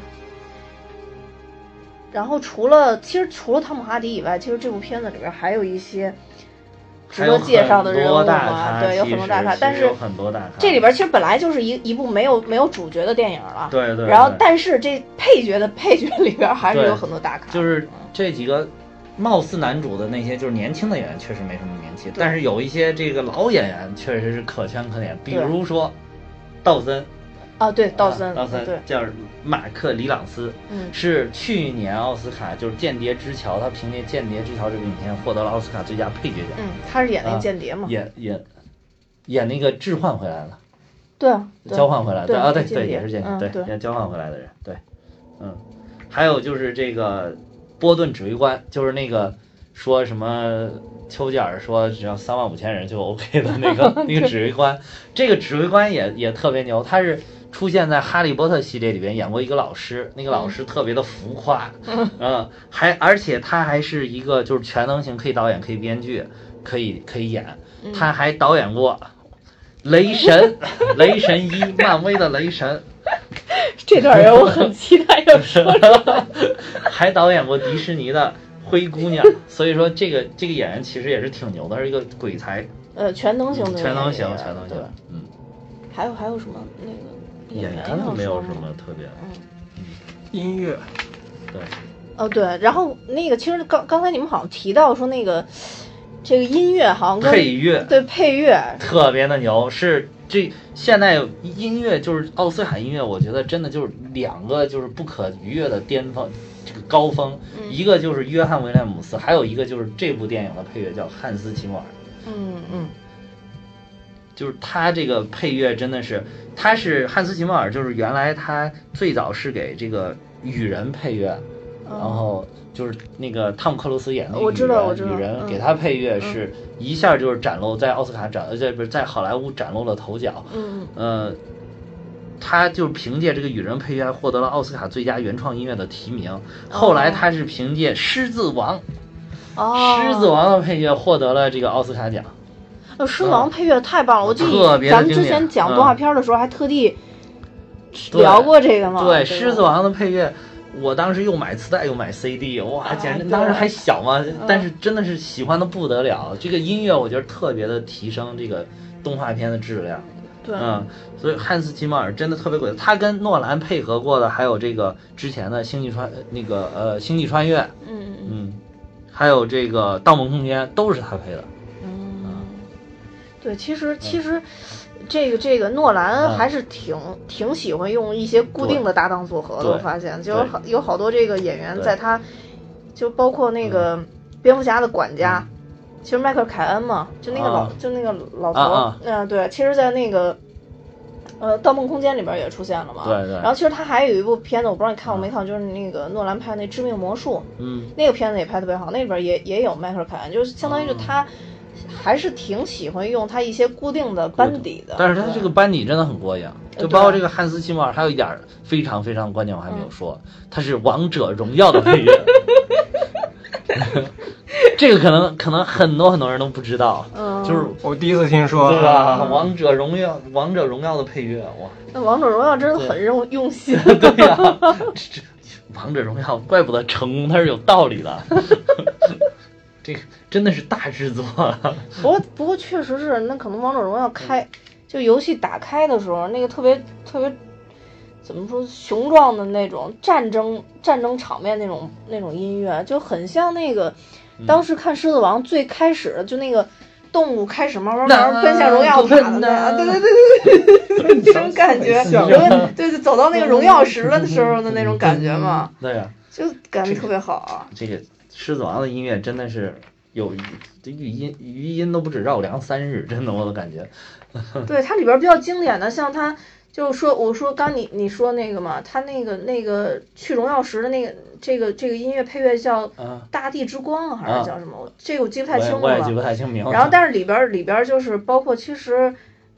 A: 然后除了其实除了汤姆哈迪以外，其实这部片子里边还有一些值
B: 还有
A: 得介绍的
B: 很
A: 人
B: 多
A: 物
B: 大
A: 嘛，
B: 咖，
A: 对，有
B: 其
A: 很多
B: 实
A: 大咖
B: 其，
A: 但
B: 实
A: 是
B: 有很多大咖。
A: 这里边其实本来就是一一部没有没有主角的电影了，
B: 对对，
A: 然后
B: 对
A: 但是这配角的配角里边还是
B: 对
A: 有很多大咖，
B: 就是这几个貌似男主的那些，就是年轻的演员确实没什么名气，
A: 对
B: 但是有一些这个老演员确实是可圈可点，比
A: 对
B: 如说道森，
A: 啊，对，道森，
B: 啊道森
A: 对，
B: 叫马克·里朗斯，
A: 嗯
B: 是去年奥斯卡就是《间谍之桥》，他凭借《间谍之桥》这部影片获得了奥斯卡最佳配角奖。
A: 嗯，他是演那
B: 啊
A: 个间谍嘛？
B: 演演演那个置换回来了，
A: 对啊，对
B: 交换回来的
A: 对
B: 啊，对
A: 间
B: 对，
A: 谍
B: 也是间
A: 嗯
B: 谍，对，
A: 对
B: 也交换回来的人，对，嗯，还有就是这个波顿指挥官，就是那个说什么丘吉尔说只要三万五千人就 OK 的那
A: [LAUGHS]
B: 个那个指挥官，这个指挥官也也特别牛，他是。出现在《哈利波特》系列里边，演过一个老师，
A: 嗯
B: 那个老师特别的
A: [LAUGHS]
B: 浮夸，嗯，还而且他还是一个就是全能型，可以导演，可以编剧，可以可以演，
A: 嗯
B: 他还导演过《雷神》《雷神一》，漫威的《雷
A: [LAUGHS]
B: 神
A: 这段人我很期
B: [LAUGHS]
A: 待要说。》，
B: 还导演过迪士尼的《灰姑娘》，所以说这个这个演员其实也是挺牛的，是一个鬼才，
A: 呃，全能型的
B: 全能型
A: 演，员
B: 全能型
A: 对，
B: 嗯，
A: 还有还有什么那个
B: 演
A: 员啊
B: 技
A: 要
B: 没有
A: 说
B: 什
A: 吗
B: 么特别，
A: 嗯
C: 音乐
B: 对，
A: 哦，对，然后那个其实刚刚才你们好像提到说那个这个音乐好像跟
B: 配乐
A: 对配乐，
B: 特别的牛，是这现在音乐就是奥斯卡音乐，我觉得真的就是两个就是不可逾越的巅峰，这个高峰，
A: 嗯
B: 一个就是约翰威廉姆斯，还有一个就是这部电影的配乐叫汉斯琴瓦尔，
A: 嗯嗯
B: 就是他这个配乐真的是，他是汉斯琴瓦尔，就是原来他最早是给这个雨人配乐，嗯然后就是那个汤姆克鲁斯演的那
A: 嗯
B: 个
A: 我知道
B: 雨人
A: 我知道
B: 雨人
A: 嗯
B: 给他配乐是一下就是展露在奥斯卡展呃在不是在好莱坞崭露了头角，
A: 嗯
B: 呃，他就是凭借这个《雨人》配乐还获得了奥斯卡最佳原创音乐的提名。后来他是凭借《狮子王》
A: 哦，
B: 狮子王》的配乐获得了这个奥斯卡奖。
A: 呃，狮子王配乐太棒了，我记
B: 嗯特
A: 得
B: 别的
A: 咱们之
B: 经典
A: 前讲
B: 嗯
A: 动画片的时候还特地
B: 对
A: 聊过这个嘛。
B: 对，《
A: 吧
B: 狮子王》的配乐，我当时又买磁带又买 CD，哇，
A: 啊
B: 简直
A: 对嗯
B: 当时还小嘛，但是真的是喜欢的不得了。这个音乐我觉得特别的提升这个动画片的质量。
A: 对，
B: 嗯，所以汉斯季默尔真的特别鬼，他跟诺兰配合过的还有这个之前的《星际穿》那个呃《星际穿越》，
A: 嗯
B: 嗯，还有这个《盗梦空间》都是他配的。啊
A: 嗯，对，其实其实这个这个诺兰
B: 嗯
A: 还是挺挺喜欢用一些固定的搭档组合的，
B: 对
A: 我发现就
B: 对
A: 有好有好多这个演员
B: 对嗯
A: 在他，就包括那个蝙蝠侠的管家。其实迈克尔·凯恩嘛，就那个老，
B: 啊
A: 就那个老头，
B: 啊啊
A: 嗯、对，其实，在那个，呃，《盗梦空间》里边也出现了嘛，
B: 对对
A: 然后其实他还有一部片子，我不知道你看过没看过，就是那个诺兰拍那《致命魔术》，
B: 嗯，
A: 那个片子也拍得特别好，那里边也也有迈克尔凯恩，就是相当于
B: 哦
A: 是他还是挺喜欢用他一些固定的班底的。
B: 但是他
A: 对
B: 这个班底真的很过硬，
A: 呃
B: 就
A: 对嗯
B: 包括这个汉斯季默尔，还有一点儿非常非常关键，我还没有说，他是《王者荣耀》的配乐。 [LAUGHS] 这个可能可能很多很多人都不知道，
A: 嗯
B: 就是
C: 我第一次听说，
A: 啊
C: 啊
B: 对吧？王者荣耀，王者荣耀的配乐，哇，
A: 那王者荣耀真的很用用
B: [LAUGHS]
A: 心。
B: 对呀、这这王者荣耀，怪不得成功，它是有道理的。 [LAUGHS] 这个真的是大制作啊！ [LAUGHS]
A: 不过不过确实是，那可能王者荣耀开就游戏打开的时候，那个特别特别怎么说雄壮的那种战争战争场面那种那种音乐，就很像那个当时看《狮子王》最开始的就那个。动物开始慢慢慢慢奔向荣耀塔的那样，对对对这种感觉，
C: 像
A: 荣耀对对，走到那个荣耀石的时候的那种感觉嘛，
B: 对啊呀、
A: 就感觉特别好啊。
B: 这个《狮子王》的音乐真的是有这语音余音都不止绕梁三日，真的我都感觉。
A: 对，它里边比较经典的，像它就说我说刚你你说那个嘛，它那个那个去荣耀石的那个这个这个音乐配乐叫《
B: 啊，
A: 大地之光》还是叫什么？我这个我记不太
B: 我
A: 清
B: 也
A: 楚
B: 我也记
A: 了。
B: 不太清明白。
A: 然后但是里边里边就是包括其实。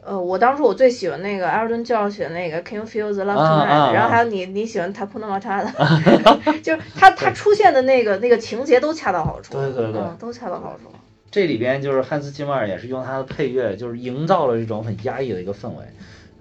A: 呃，我当初我最喜欢那个 Elton John 那个 Can You Feel the Love
B: 啊啊
A: Tonight，、
B: 啊
A: 然后还有你你喜欢 Takuna Matata，就是
B: [LAUGHS]
A: [LAUGHS] 他他出现的那个那个情节都恰到好处，
B: 对对对
A: 嗯，都恰到好处。
B: 这里边就是汉斯季默尔也是用他的配乐，就是营造了这种很压抑的一个氛围。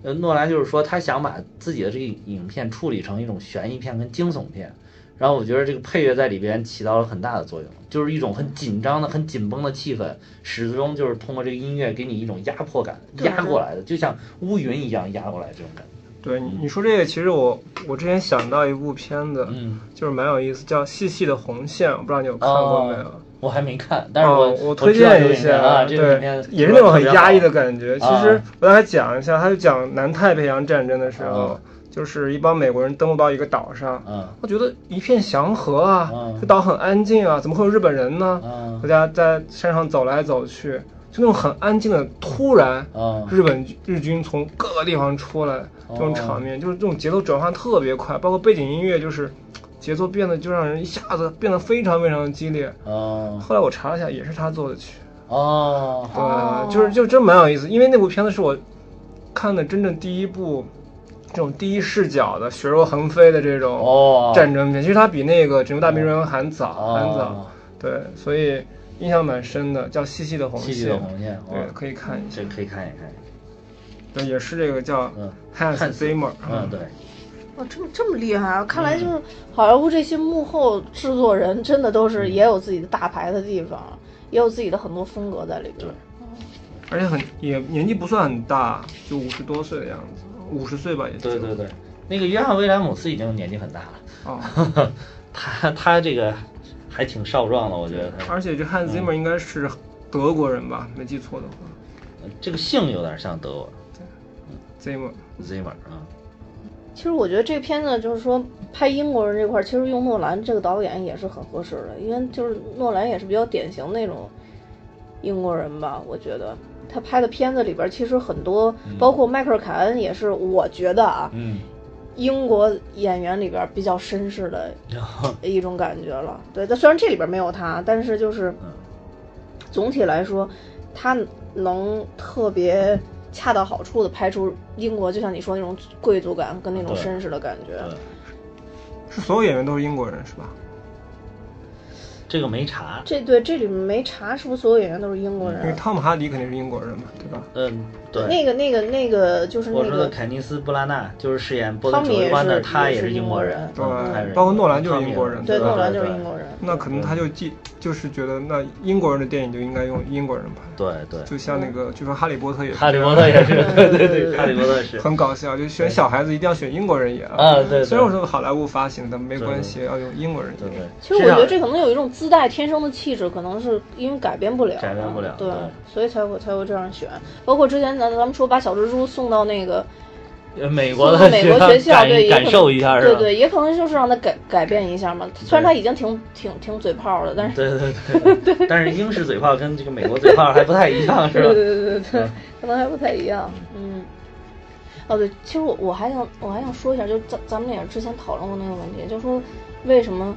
B: 呃，诺兰就是说他想把自己的这个影片处理成一种悬疑片跟惊悚片，然后我觉得这个配乐在里边起到了很大的作用，就是一种很紧张的、很紧绷的气氛，始终就是通过这个音乐给你一种压迫感，
A: 对
B: 压过来的，就像乌云一样压过来这种感觉。
C: 对你你说这个，其实我我之前想到一部片子，
B: 嗯，
C: 就是蛮有意思，叫《细细的红线》，我不知道你有看过没有？
B: 哦我还没看，但是我、
C: 哦我
B: 我
C: 推
B: 知道这个
C: 荐一
B: 影片
C: 下
B: 啊，这个影
C: 对
B: 片，
C: 也是那种很压抑
B: 的。
C: 的感觉。其
B: 啊
C: 实我大概讲一下，他就讲南太平洋战争的时候
B: 啊，
C: 就是一帮美国人登陆到一个岛上， [LAUGHS]
B: 嗯
C: 我觉得一片祥和啊
B: 啊，
C: 这岛很安静啊，怎么会有日本人呢？
B: 嗯
C: 大家在山上走来走去，就那种很安静的，突然
B: 嗯，
C: 日本日军从各个地方出来，这种
B: 哦
C: 场面就是这种节奏转换特别快，包括背景音乐就是节奏变得就让人一下子变得非常非常的激烈。
B: 哦
C: 后来我查了一下，也是他做的曲，
B: 哦，
C: 对，
A: 哦
C: 就是就真蛮有意思，因为那部片子是我看的真正第一部这种第一视角的血肉横飞的这种
B: 哦，
C: 战争片，其实它比那个《拯救大兵瑞恩》还早，还早，
B: 哦，
C: 对，所以印象蛮深的，叫《细细的红
B: 戏剧
C: 线
B: 的》，红线，
C: 对
B: 哦，
C: 可以看一下，
B: 这可以看一看，
C: 对，也是这个叫
B: 嗯
C: Hans
B: Hans
C: Zimmer，
B: 嗯，对，
A: 哇，这么这么厉害啊！看来
B: 嗯
A: 就是好莱坞这些幕后制作人，真的都
B: 嗯
A: 是也有自己的大牌的地方，也有自己的很多风格在里边。
C: 而且很也年纪不算很大，就五十多岁的样子，五十岁吧，也就
B: 对对对，那个约翰威廉姆斯已经年纪很大
C: 哦，
B: 了，他他这个还挺少壮的，我觉得他
C: 而且这汉斯 Zimmer 应该是德国人吧，没记错的话
B: 呃这个姓有点像德国
C: ，Zimmer。
B: Zimmer 啊，
A: 其实我觉得这片子就是说拍英国人这块儿，其实用诺兰这个导演也是很合适的，因为就是诺兰也是比较典型那种英国人吧，我觉得他拍的片子里边儿其实很多，包括迈克尔·凯恩也是，我觉得啊，
B: 嗯，
A: 英国演员里边儿比较绅士的
B: 然后
A: 一种感觉了。对，但虽然这里边没有他，但是就是
B: 嗯
A: 总体来说，他能特别恰到好处的拍出英国，就像你说那种贵族感跟那种
B: 对
A: 绅士的感觉。
B: 对，
C: 是所有演员都是英国人是吧？
B: 这个没查，
A: 这对这里没查是不是所有演员都是英国
C: 因为
A: 人？啊
C: 汤姆哈迪肯定是英国人嘛，对吧？
B: 嗯，对，
A: 那个那个那个就是
B: 我
A: 那
B: 说的
A: 个
B: 凯尼斯·布拉纳就是饰演波特
A: 汤米
B: 指挥官的，
A: 也是
B: 他
A: 也是
B: 是英
A: 英
B: 国
A: 国
B: 人
A: 人，
C: 对
B: 嗯他也是
C: 包括诺兰就是
B: 英
C: 英
B: 国
C: 国
B: 人，
C: 人
A: 对
C: 对
A: 诺兰就是英国人。
C: 那可能他就记就是觉得那英国人的电影就应该用英国人拍，
B: 对对，
C: 就像那个据说《哈利波特》也是
B: 哈利波特也是，
A: 对
B: 对
A: 对
B: 对，
A: 对
B: 哈利波特是，
C: 很搞笑，就选小孩子一定要选英国人演
B: 啊对对
C: 虽然我说好莱坞发行的没关系，要用英国人
B: 对
C: 演
B: 对。，
A: 其实我觉得
B: 这
A: 这
B: 样
A: 可能有一种自带天生的气质，可能是因为改变不了的，
B: 改变不了
A: 对
B: 对，
A: 所以才会才会这样选。包括之前咱咱们说把小蜘蛛送到那个
B: 呃美国的
A: 送到美国学校
B: 感
A: 对也
B: 感
A: 可
B: 受一下是
A: 对
B: 吧？
A: 对，也可能就是让他改改变一下嘛。虽然他已经挺挺挺嘴炮了，但是
B: 对对对对，但是英式嘴炮跟这个美国嘴炮还不太一样，是
A: 对对
B: 吧？
A: 对对
B: 嗯
A: 对， [LAUGHS] 可能还不太一样。嗯，哦对，其实我我还想我还想说一下，就是咱咱们也是之前讨论过那个问题，就是说为什么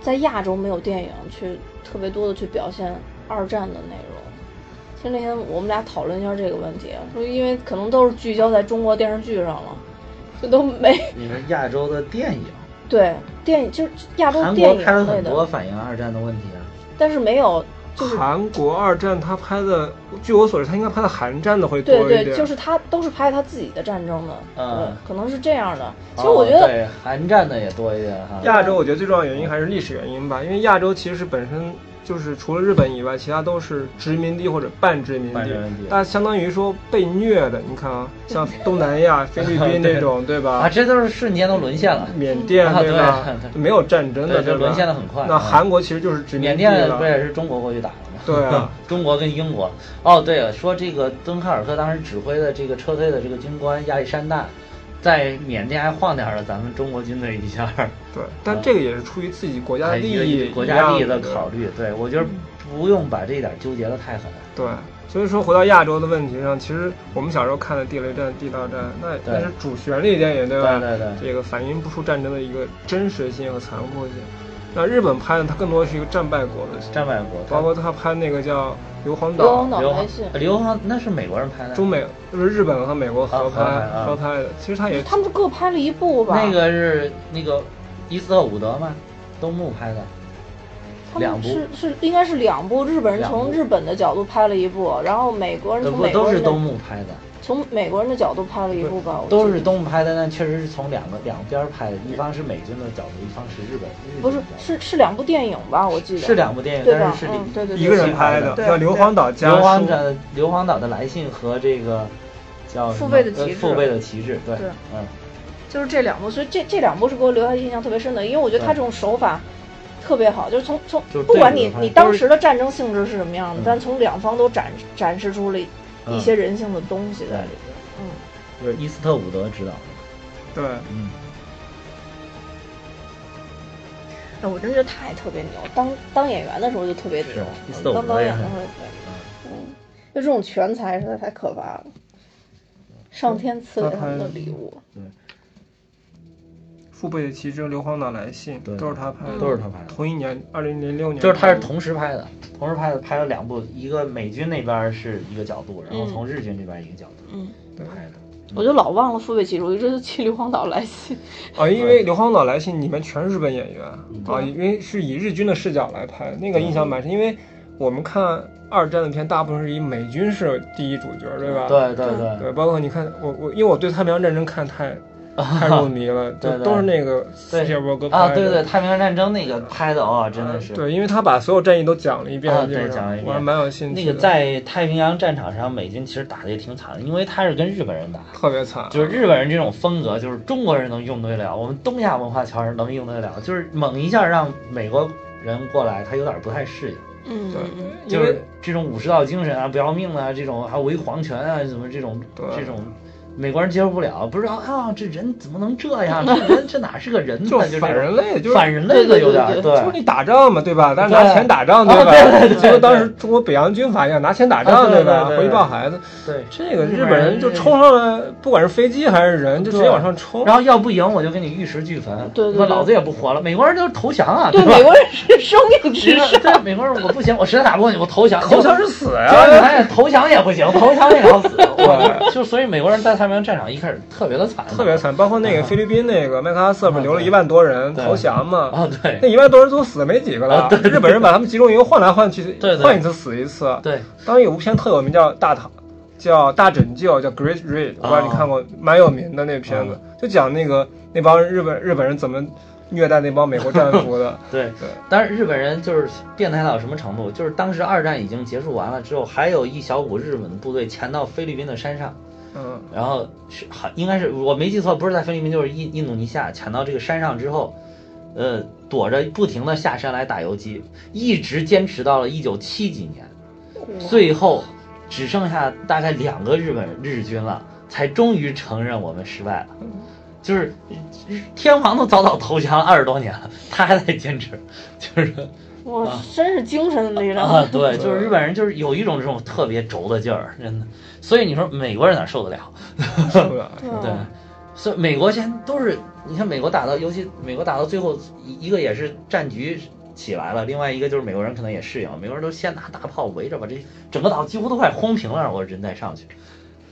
A: 在亚洲没有电影去特别多的去表现二战的内容。其实那天我们俩讨论一下这个问题，说因为可能都是聚焦在中国电视剧上了，就都没
B: 你说亚洲的电影，
A: 对电影就是亚洲
B: 韩
A: 电
B: 国
A: 影
B: 拍了
A: 类
B: 很多
A: 的，
B: 反映二战的问题啊，
A: 但是没有就是
C: 韩国二战他拍的，据我所知，他应该拍的韩战的会多
A: 对
C: 一点。
A: 对，就是他都是拍他自己的战争的，
B: 嗯
A: 对，可能是这样的。其实我觉
B: 哦
A: 得，
B: 对韩战的也多一点哈，
C: 亚洲，我觉得最重要的原因还是历史原因吧，因为亚洲其实本身就是除了日本以外，其他都是殖民地或者半殖民
B: 半殖
C: 地
B: 民地，
C: 但相当于说被虐的。你看啊，像东南亚、菲律宾那
B: [LAUGHS]
C: 种，对
B: 啊，
C: 吧？
B: 这都是瞬间都沦陷了。
C: 缅甸
B: 啊
C: 对吧
B: 对？对
C: 没有战争的，
B: 对
C: 对
B: 就沦
C: 吧？
B: 陷得很快
C: 那
B: 啊
C: 韩国其实就是殖
B: 缅
C: 民地
B: 甸不
C: 了，
B: 也是中国过去打了吗？
C: 对啊
B: [LAUGHS] 中国跟英国。哦，对了，说这个敦刻尔克当时指挥的这个撤退的这个军官亚历山大，在缅甸还晃点了咱们中国军队一下，
C: 对。但这个也是出于自己国家
B: 还
C: 的利益、
B: 国家利益
C: 的嗯
B: 的考虑。对，我觉得不用把这点纠结的太狠。
C: 对，所以说回到亚洲的问题上，其实我们小时候看的《地雷战》《地道战》，那
B: 对
C: 那是主旋律电影，对吧？
B: 对对对
C: 这个反映不出战争的一个真实性和残酷性。那日本拍的，它更多是一个战败国的，
B: 战败国，
C: 包括他拍那个叫《硫磺
A: 硫
C: 岛
A: 磺》，岛
B: 刘
A: 还
B: 航
A: 是，
B: 刘航那是美国人拍的，
C: 中美就是日本和美国合拍、
B: 啊合拍啊
C: 合拍的，其实它也
A: 他们各拍了一部吧？
B: 那个是那个伊斯特伍德嘛，东木拍的，
A: 他
B: 两
A: 们
B: 部
A: 是是应该是两部，日本人
B: 两部
A: 从日本的角度拍了一部，然后美国人
B: 呃
A: 从
B: 不
A: 美
B: 都
A: 国
B: 是
A: 人
B: 东
A: 的
B: 木拍的。
A: 从美国人的角度拍了一部吧？我
B: 都
A: 记
B: 是
A: 得
B: 东拍的，但确实是从两个两边拍的，一方是美军的角度，一方是日本。日
A: 不
B: 本
A: 是
B: 的
A: 是是两部电影吧？我记得
B: 是两部电影，
A: 对
B: 但
A: 吧
B: 是是
A: 嗯对对对
C: 一个人拍
B: 的
C: 的，。
A: 对
C: 叫《硫磺岛家
B: 硫
C: 书》。
B: 磺的硫磺岛的来信和这个叫什么
A: 父辈的旗帜
B: 呃父辈的旗帜，对
A: 对，
B: 嗯，
A: 就是这两部，所以这这两部是给我留下印象特别深的，因为我觉得他这种手法特别好，就是从从
B: 就是
A: 不管你
B: 对着他
A: 你当时的战争性质是什么样的
B: 嗯，
A: 但从两方都展展示出了
B: 嗯
A: 一些人性的东西在里边。嗯，
B: 就是伊斯特伍德执导的，
C: 对，
B: 嗯，
A: 哎，我真觉得他也特别牛，当当演员的时候就特别牛
B: 伊斯，特伍
A: 当导
B: 啊德也
A: 演
B: 很
A: 的时候也特别牛，嗯，就这种全才实在太可怕了，上天赐给他们的礼物。
C: 父辈的旗帜、硫磺岛来信
B: 对，
C: 都是他拍的，
B: 都是他拍的，
C: 同一年，二零零六年，
B: 就是他是同时拍的，同时拍的拍了两部，一个美军那边是一个角度，然后从日军这边一个角度
A: 嗯，
C: 对
B: 拍的，
A: 我就老忘了父辈记住，一直就去硫磺岛来信。
C: 啊，因为《硫磺岛来信》里面全是日本演员
A: 对
B: 嗯
C: 啊，因为是以日军的视角来拍，那个印象蛮深。因为我们看二战的片，大部分是以美军是第一主角，对吧？
B: 对对对
C: 对，包括你看我我，因为我对太平洋战争看太太入迷了，
B: 啊 [LAUGHS] 对
C: 就
B: 对
C: 都是那个斯
B: 对
C: 皮尔伯格
B: 啊，
C: 拍
B: 对对，
C: 的
B: 太平洋战争那个拍的啊、真的是。
C: 对，因为他把所有战役都讲了一遍，
B: 啊
C: 基本
B: 对
C: 上
B: 讲了一遍
C: 我还蛮有兴
B: 那
C: 趣
B: 个
C: 的。
B: 在太平洋战场上，美军其实打的也挺惨的，因为他是跟日本人打，
C: 特别惨，
B: 就是日本人这种风格，就是中国人能用得了，我们东亚文化圈儿能用得了，就是猛一下让美国人过来，他有点不太适应，
A: 嗯
C: 对
A: 嗯嗯，
C: 因
B: 就
C: 为
B: 是这种武士道精神啊，不要命啊，这种还围皇权啊，什么这种
C: 对
B: 这种。美国人接受不了，不知道啊，这人怎么能这样？这人这哪是个人呢？
C: 就
B: 就是这种
C: 反人类，就是
B: 反人类的有点儿，
A: 对对
C: 就是你打仗嘛，对吧？但是
B: 对
C: 拿钱打仗，
B: 啊对
C: 吧？
B: 对对对
C: 就跟当时中国北洋军阀一样，拿钱打
B: 啊
C: 仗，
B: 对
C: 吧？
B: 对对
C: 回报孩子，
B: 对。
C: 这个
B: 日
C: 日
B: 本
C: 本
B: 人
C: 人就
B: 这
C: 冲上了，不管是飞机还是人，就直接
B: 对
C: 往上冲。
B: 然后要不赢我就给你玉石俱焚，
A: 对对对
B: 我老子也不活了。美国人就是投降啊，
A: 对，
B: 吧？ [LAUGHS]
A: 美国人是生命至上，
B: 对美国人我不行，我实在打不过你，我投降。
C: 投降是死
B: 结果你
C: 呀，
B: 发现投降也不行，投降也要
C: [LAUGHS]
B: 死。我就所以美国人在太平洋战场一开始特别的惨，
C: 特别惨。包括那个菲律宾那个麦克阿瑟，不是
B: 啊
C: 留了
B: 嗯对
C: 一万多人
B: 对
C: 投降嘛？
B: 啊，
C: 那
B: 对
C: 一万多人都死没几个了
B: 啊，对对
C: 日本人把他们集中营换来换去
B: 对，对
C: 换一次死一次。
B: 对，
C: 当时有部片特有名叫《大逃》，叫《大拯救》，叫《Great Raid》，我不知道
B: 啊
C: 你看过，蛮有名的那片子，就讲那个那帮日本日本人怎么虐待那帮美国战
B: [LAUGHS]
C: 俘的。
B: 对
C: 对，
B: 但是日本人就是变态到什么程度？就是当时二战已经结束完了之后，还有一小股日本的部队潜到菲律宾的山上，
C: 嗯，
B: 然后是好应该是我没记错，不是在菲律宾就是印印度尼西亚，潜到这个山上之后，呃，躲着不停的下山来打游击，一直坚持到了一九七几年，最后只剩下大概两个日本日军了，才终于承认我们失败了。就是日天皇都早早投降二十多年了，他还在坚持，就是
A: 我真是精神力量。
B: 啊，对，就是日本人就是有一种这种特别轴的劲儿，真的。所以你说美国人哪受得了？[LAUGHS]
C: 受不了。
A: 对
B: 对，
C: 嗯
B: 所以美国现在都是，你看美国打到，尤其美国打到最后一一个也是战局起来了，另外一个就是美国人可能也适应了，美国人都先拿大炮围着把这整个岛几乎都快轰平了，然后人再上去，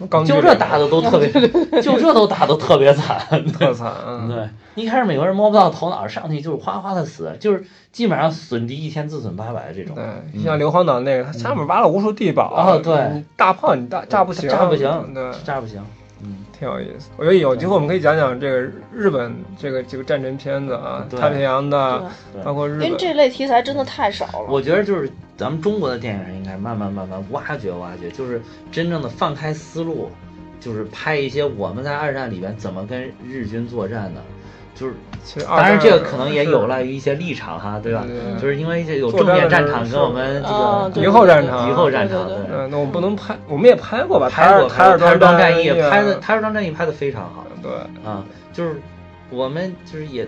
C: 钢锯
B: 就
C: 岭
B: 这打的都特别，
C: [LAUGHS]
B: 就这都打的特别惨，
C: 特惨，嗯，
B: 对，一开始美国人摸不到头脑，上去就是哗哗的死，就是基本上损敌一千自损八百这种。
C: 对，像硫磺岛那个，它下面挖了无数地堡
B: 啊对
C: 你大炮你大炸不行，
B: 炸不行
C: 对，
B: 这不行。嗯，
C: 挺有意思。我觉得有机会我们可以讲讲这个日本这个几个战争片子啊，
B: 对
C: 太平洋的，
B: 对
C: 包括日
A: 因为
C: 本，
A: 这类题材真的太少了。
B: 我觉得就是咱们中国的电影应该慢慢慢慢挖掘挖掘，就是真正的放开思路，就是拍一些我们在二战里边怎么跟日军作战的，就是
C: 其实二
B: 当然这个
C: 战
B: 可能也
C: 是
B: 有赖于一些立场哈，对吧？
C: 对
B: 就是因为这有
C: 作
B: 正
C: 战
B: 面
C: 的
B: 战
C: 时候
B: 场
C: 是
B: 跟我们这
A: 啊，
B: 个
A: 对
C: 以后战场
B: 以后战场，
A: 对对对
B: 对，
C: 嗯，那我们不能拍，我们也拍过吧？
B: 拍过
C: 台
B: 台
C: 尔台
B: 尔庄
C: 尔庄
B: 战役
C: 啊
B: 拍的，台尔庄战役拍的非常好。
C: 对，
B: 啊，就是我们就是也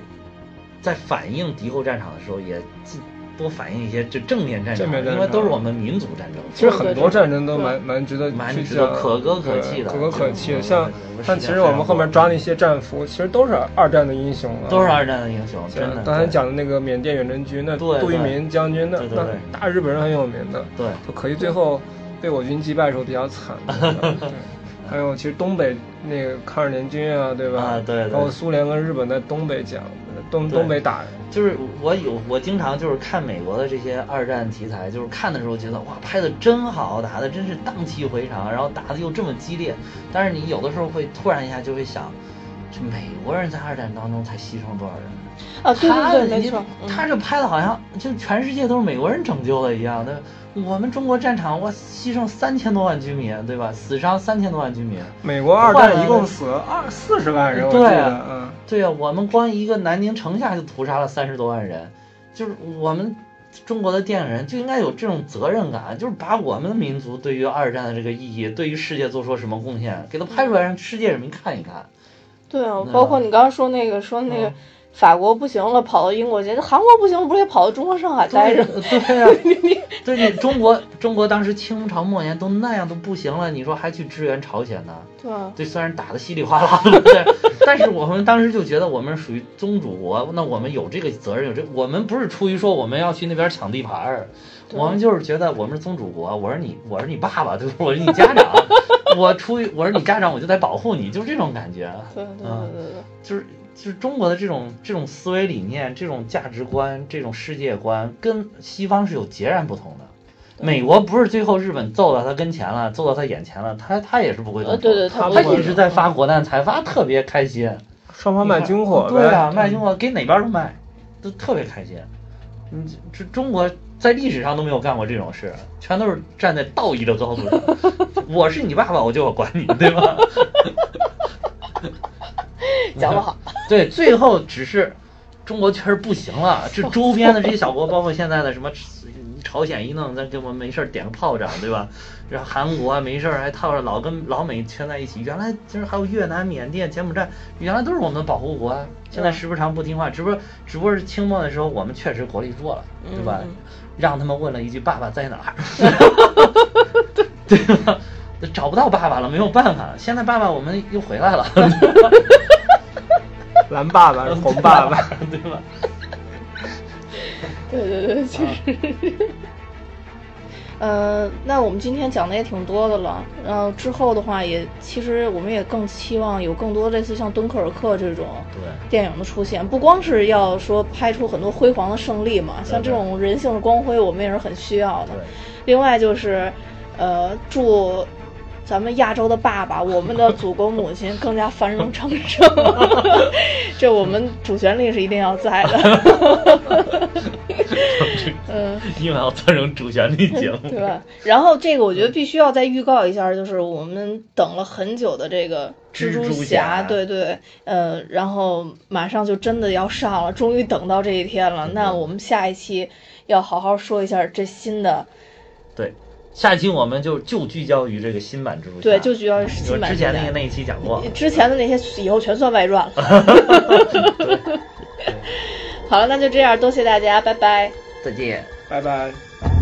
B: 在反映敌后战场的时候，也尽多反映一些就正面战场，
C: 正面战场
B: 因为都是我们民族战争，
C: 其实很多战争都蛮蛮值得
B: 蛮
C: 去
B: 值得
C: 讲
B: 可歌可
C: 对
B: 泣的
C: 可歌可
B: 嗯
C: 泣
B: 嗯
C: 的。像
B: 嗯
C: 但其实我们后面抓那些战俘，其实都是二战的英雄啊，
B: 都是二战的英雄，
C: 对。
B: 真的。
C: 刚才
B: 对
C: 讲的那个缅甸远征军，那
B: 对
C: 杜聿
B: 对
C: 明将军，那
B: 对对
C: 那
B: 对
C: 大日本人很有名的，
B: 对
C: 就可惜最后被我军击败的时候比较惨。
B: [LAUGHS]
C: 对还有，其实东北那个抗日联军啊，对吧？
B: 啊对对
C: 包括苏联跟日本在东北讲，东
B: 对
C: 东北打，
B: 就是我有我经常就是看美国的这些二战题材，就是看的时候觉得哇拍的真好，打的真是荡气回肠，然后打的又这么激烈。但是你有的时候会突然一下就会想，这美国人在二战当中才牺牲多少人？
A: 啊，对
B: 他
A: 对对，
B: 你
A: 没错，嗯
B: 他这拍的好像就全世界都是美国人拯救的一样的。我们中国战场，哇，牺牲三千多万居民，对吧？死伤三千多万居民。
C: 美国二战一共死了二四十万人，我记
B: 对
C: 得
B: 啊，
C: 嗯，
B: 对呀、我们光一个南宁城下就屠杀了三十多万人，就是我们中国的电影人就应该有这种责任感，就是把我们的民族对于二战的这个意义，对于世界做出什么贡献，给它拍出来，让世界人民看一看。
A: 对啊
B: 嗯，
A: 包括你刚刚说那个说那个法国不行了，跑到英国去；韩国不行了，不是也跑到中国上海待着？
B: 对呀、对 [LAUGHS] 你中国中国当时清朝末年都那样都不行了，你说还去支援朝鲜呢？
A: 对啊，
B: 对，虽然打得稀里哗啦的，但但是我们当时就觉得我们属于宗主国，那我们有这个责任，有这，我们不是出于说我们要去那边抢地盘儿，
A: 对
B: 我们就是觉得我们是宗主国，我是你，我是你爸爸，对吧？我是你家长， [LAUGHS] 我出于我是你家长，我就得保护你，就是这种感觉，
A: 对对对对对。
B: 就是就是中国的这种这种思维理念、这种价值观、这种世界观，跟西方是有截然不同的。美国不是最后日本揍到他跟前了，嗯揍到他眼前了，他他也是不会动
A: 呃，
B: 手的。
A: 对对，
C: 他
A: 不
B: 他
A: 会
C: 不会
B: 一直在发国难财，发特别开心。
C: 双方卖军火呗。
B: 对啊，卖军火给哪边都卖，都特别开心。嗯，这中国在历史上都没有干过这种事，全都是站在道义的高度 [LAUGHS] 上。我是你爸爸，我就要管你，对吧？
A: 讲得好。
B: [LAUGHS] 对，最后只是中国确实不行了，这周边的这些小国，包括现在的什么朝鲜一弄，咱给我们没事儿点个炮仗，对吧？然后韩国啊没事儿还套着老跟老美圈在一起，原来其实还有越南、缅甸、柬埔寨，原来都是我们的保护国啊。现在时不常不听话，只不过只不过是清末的时候我们确实国力弱了，对吧？
A: 嗯嗯
B: 让他们问了一句“爸爸在
A: [LAUGHS]
B: 哪儿”，对吧？ [LAUGHS] 找不到爸爸了，没有办法。现在爸爸我们又回来
A: [LAUGHS]
B: 了。
C: 蓝爸爸、红
B: [LAUGHS]
C: 爸爸，
B: 对吧？
A: 对对对，确实。 [LAUGHS] 呃，那我们今天讲的也挺多的了，然后之后的话也，其实我们也更期望有更多类似像《敦刻尔克》这种
B: 对，
A: 电影的出现，不光是要说拍出很多辉煌的胜利嘛，像这种人性的光辉，我们也是很需要的。另外就是，呃，祝咱们亚洲的爸 [LAUGHS] 爸，我们的祖国母亲更加繁荣昌盛， [LAUGHS] 这我们主旋律是一定要在 [LAUGHS] 的。
B: [LAUGHS]
A: 嗯，
B: 对，今晚要做成主旋律节目，
A: [LAUGHS] 对吧？然后这个我觉得必须要再预告一下，就是我们等了很久的这个蜘蛛
B: 蜘蛛
A: 侠，
B: 侠
A: 对对，呃，然后马上就真的要上了，终于等到这一天了。
B: 嗯
A: 那我们下一期要好好说一下这新的，
B: 对，下一期我们就就聚焦于这个新版蜘蛛侠，
A: 对，就需要
B: 就
A: 新版
B: 之前那个
A: 那
B: 那一期讲过，
A: 之前的那些以后全算外传了。
B: [LAUGHS]
A: [LAUGHS] 好了，那就这样，多谢大家，拜拜。
B: 再见。
C: 拜拜。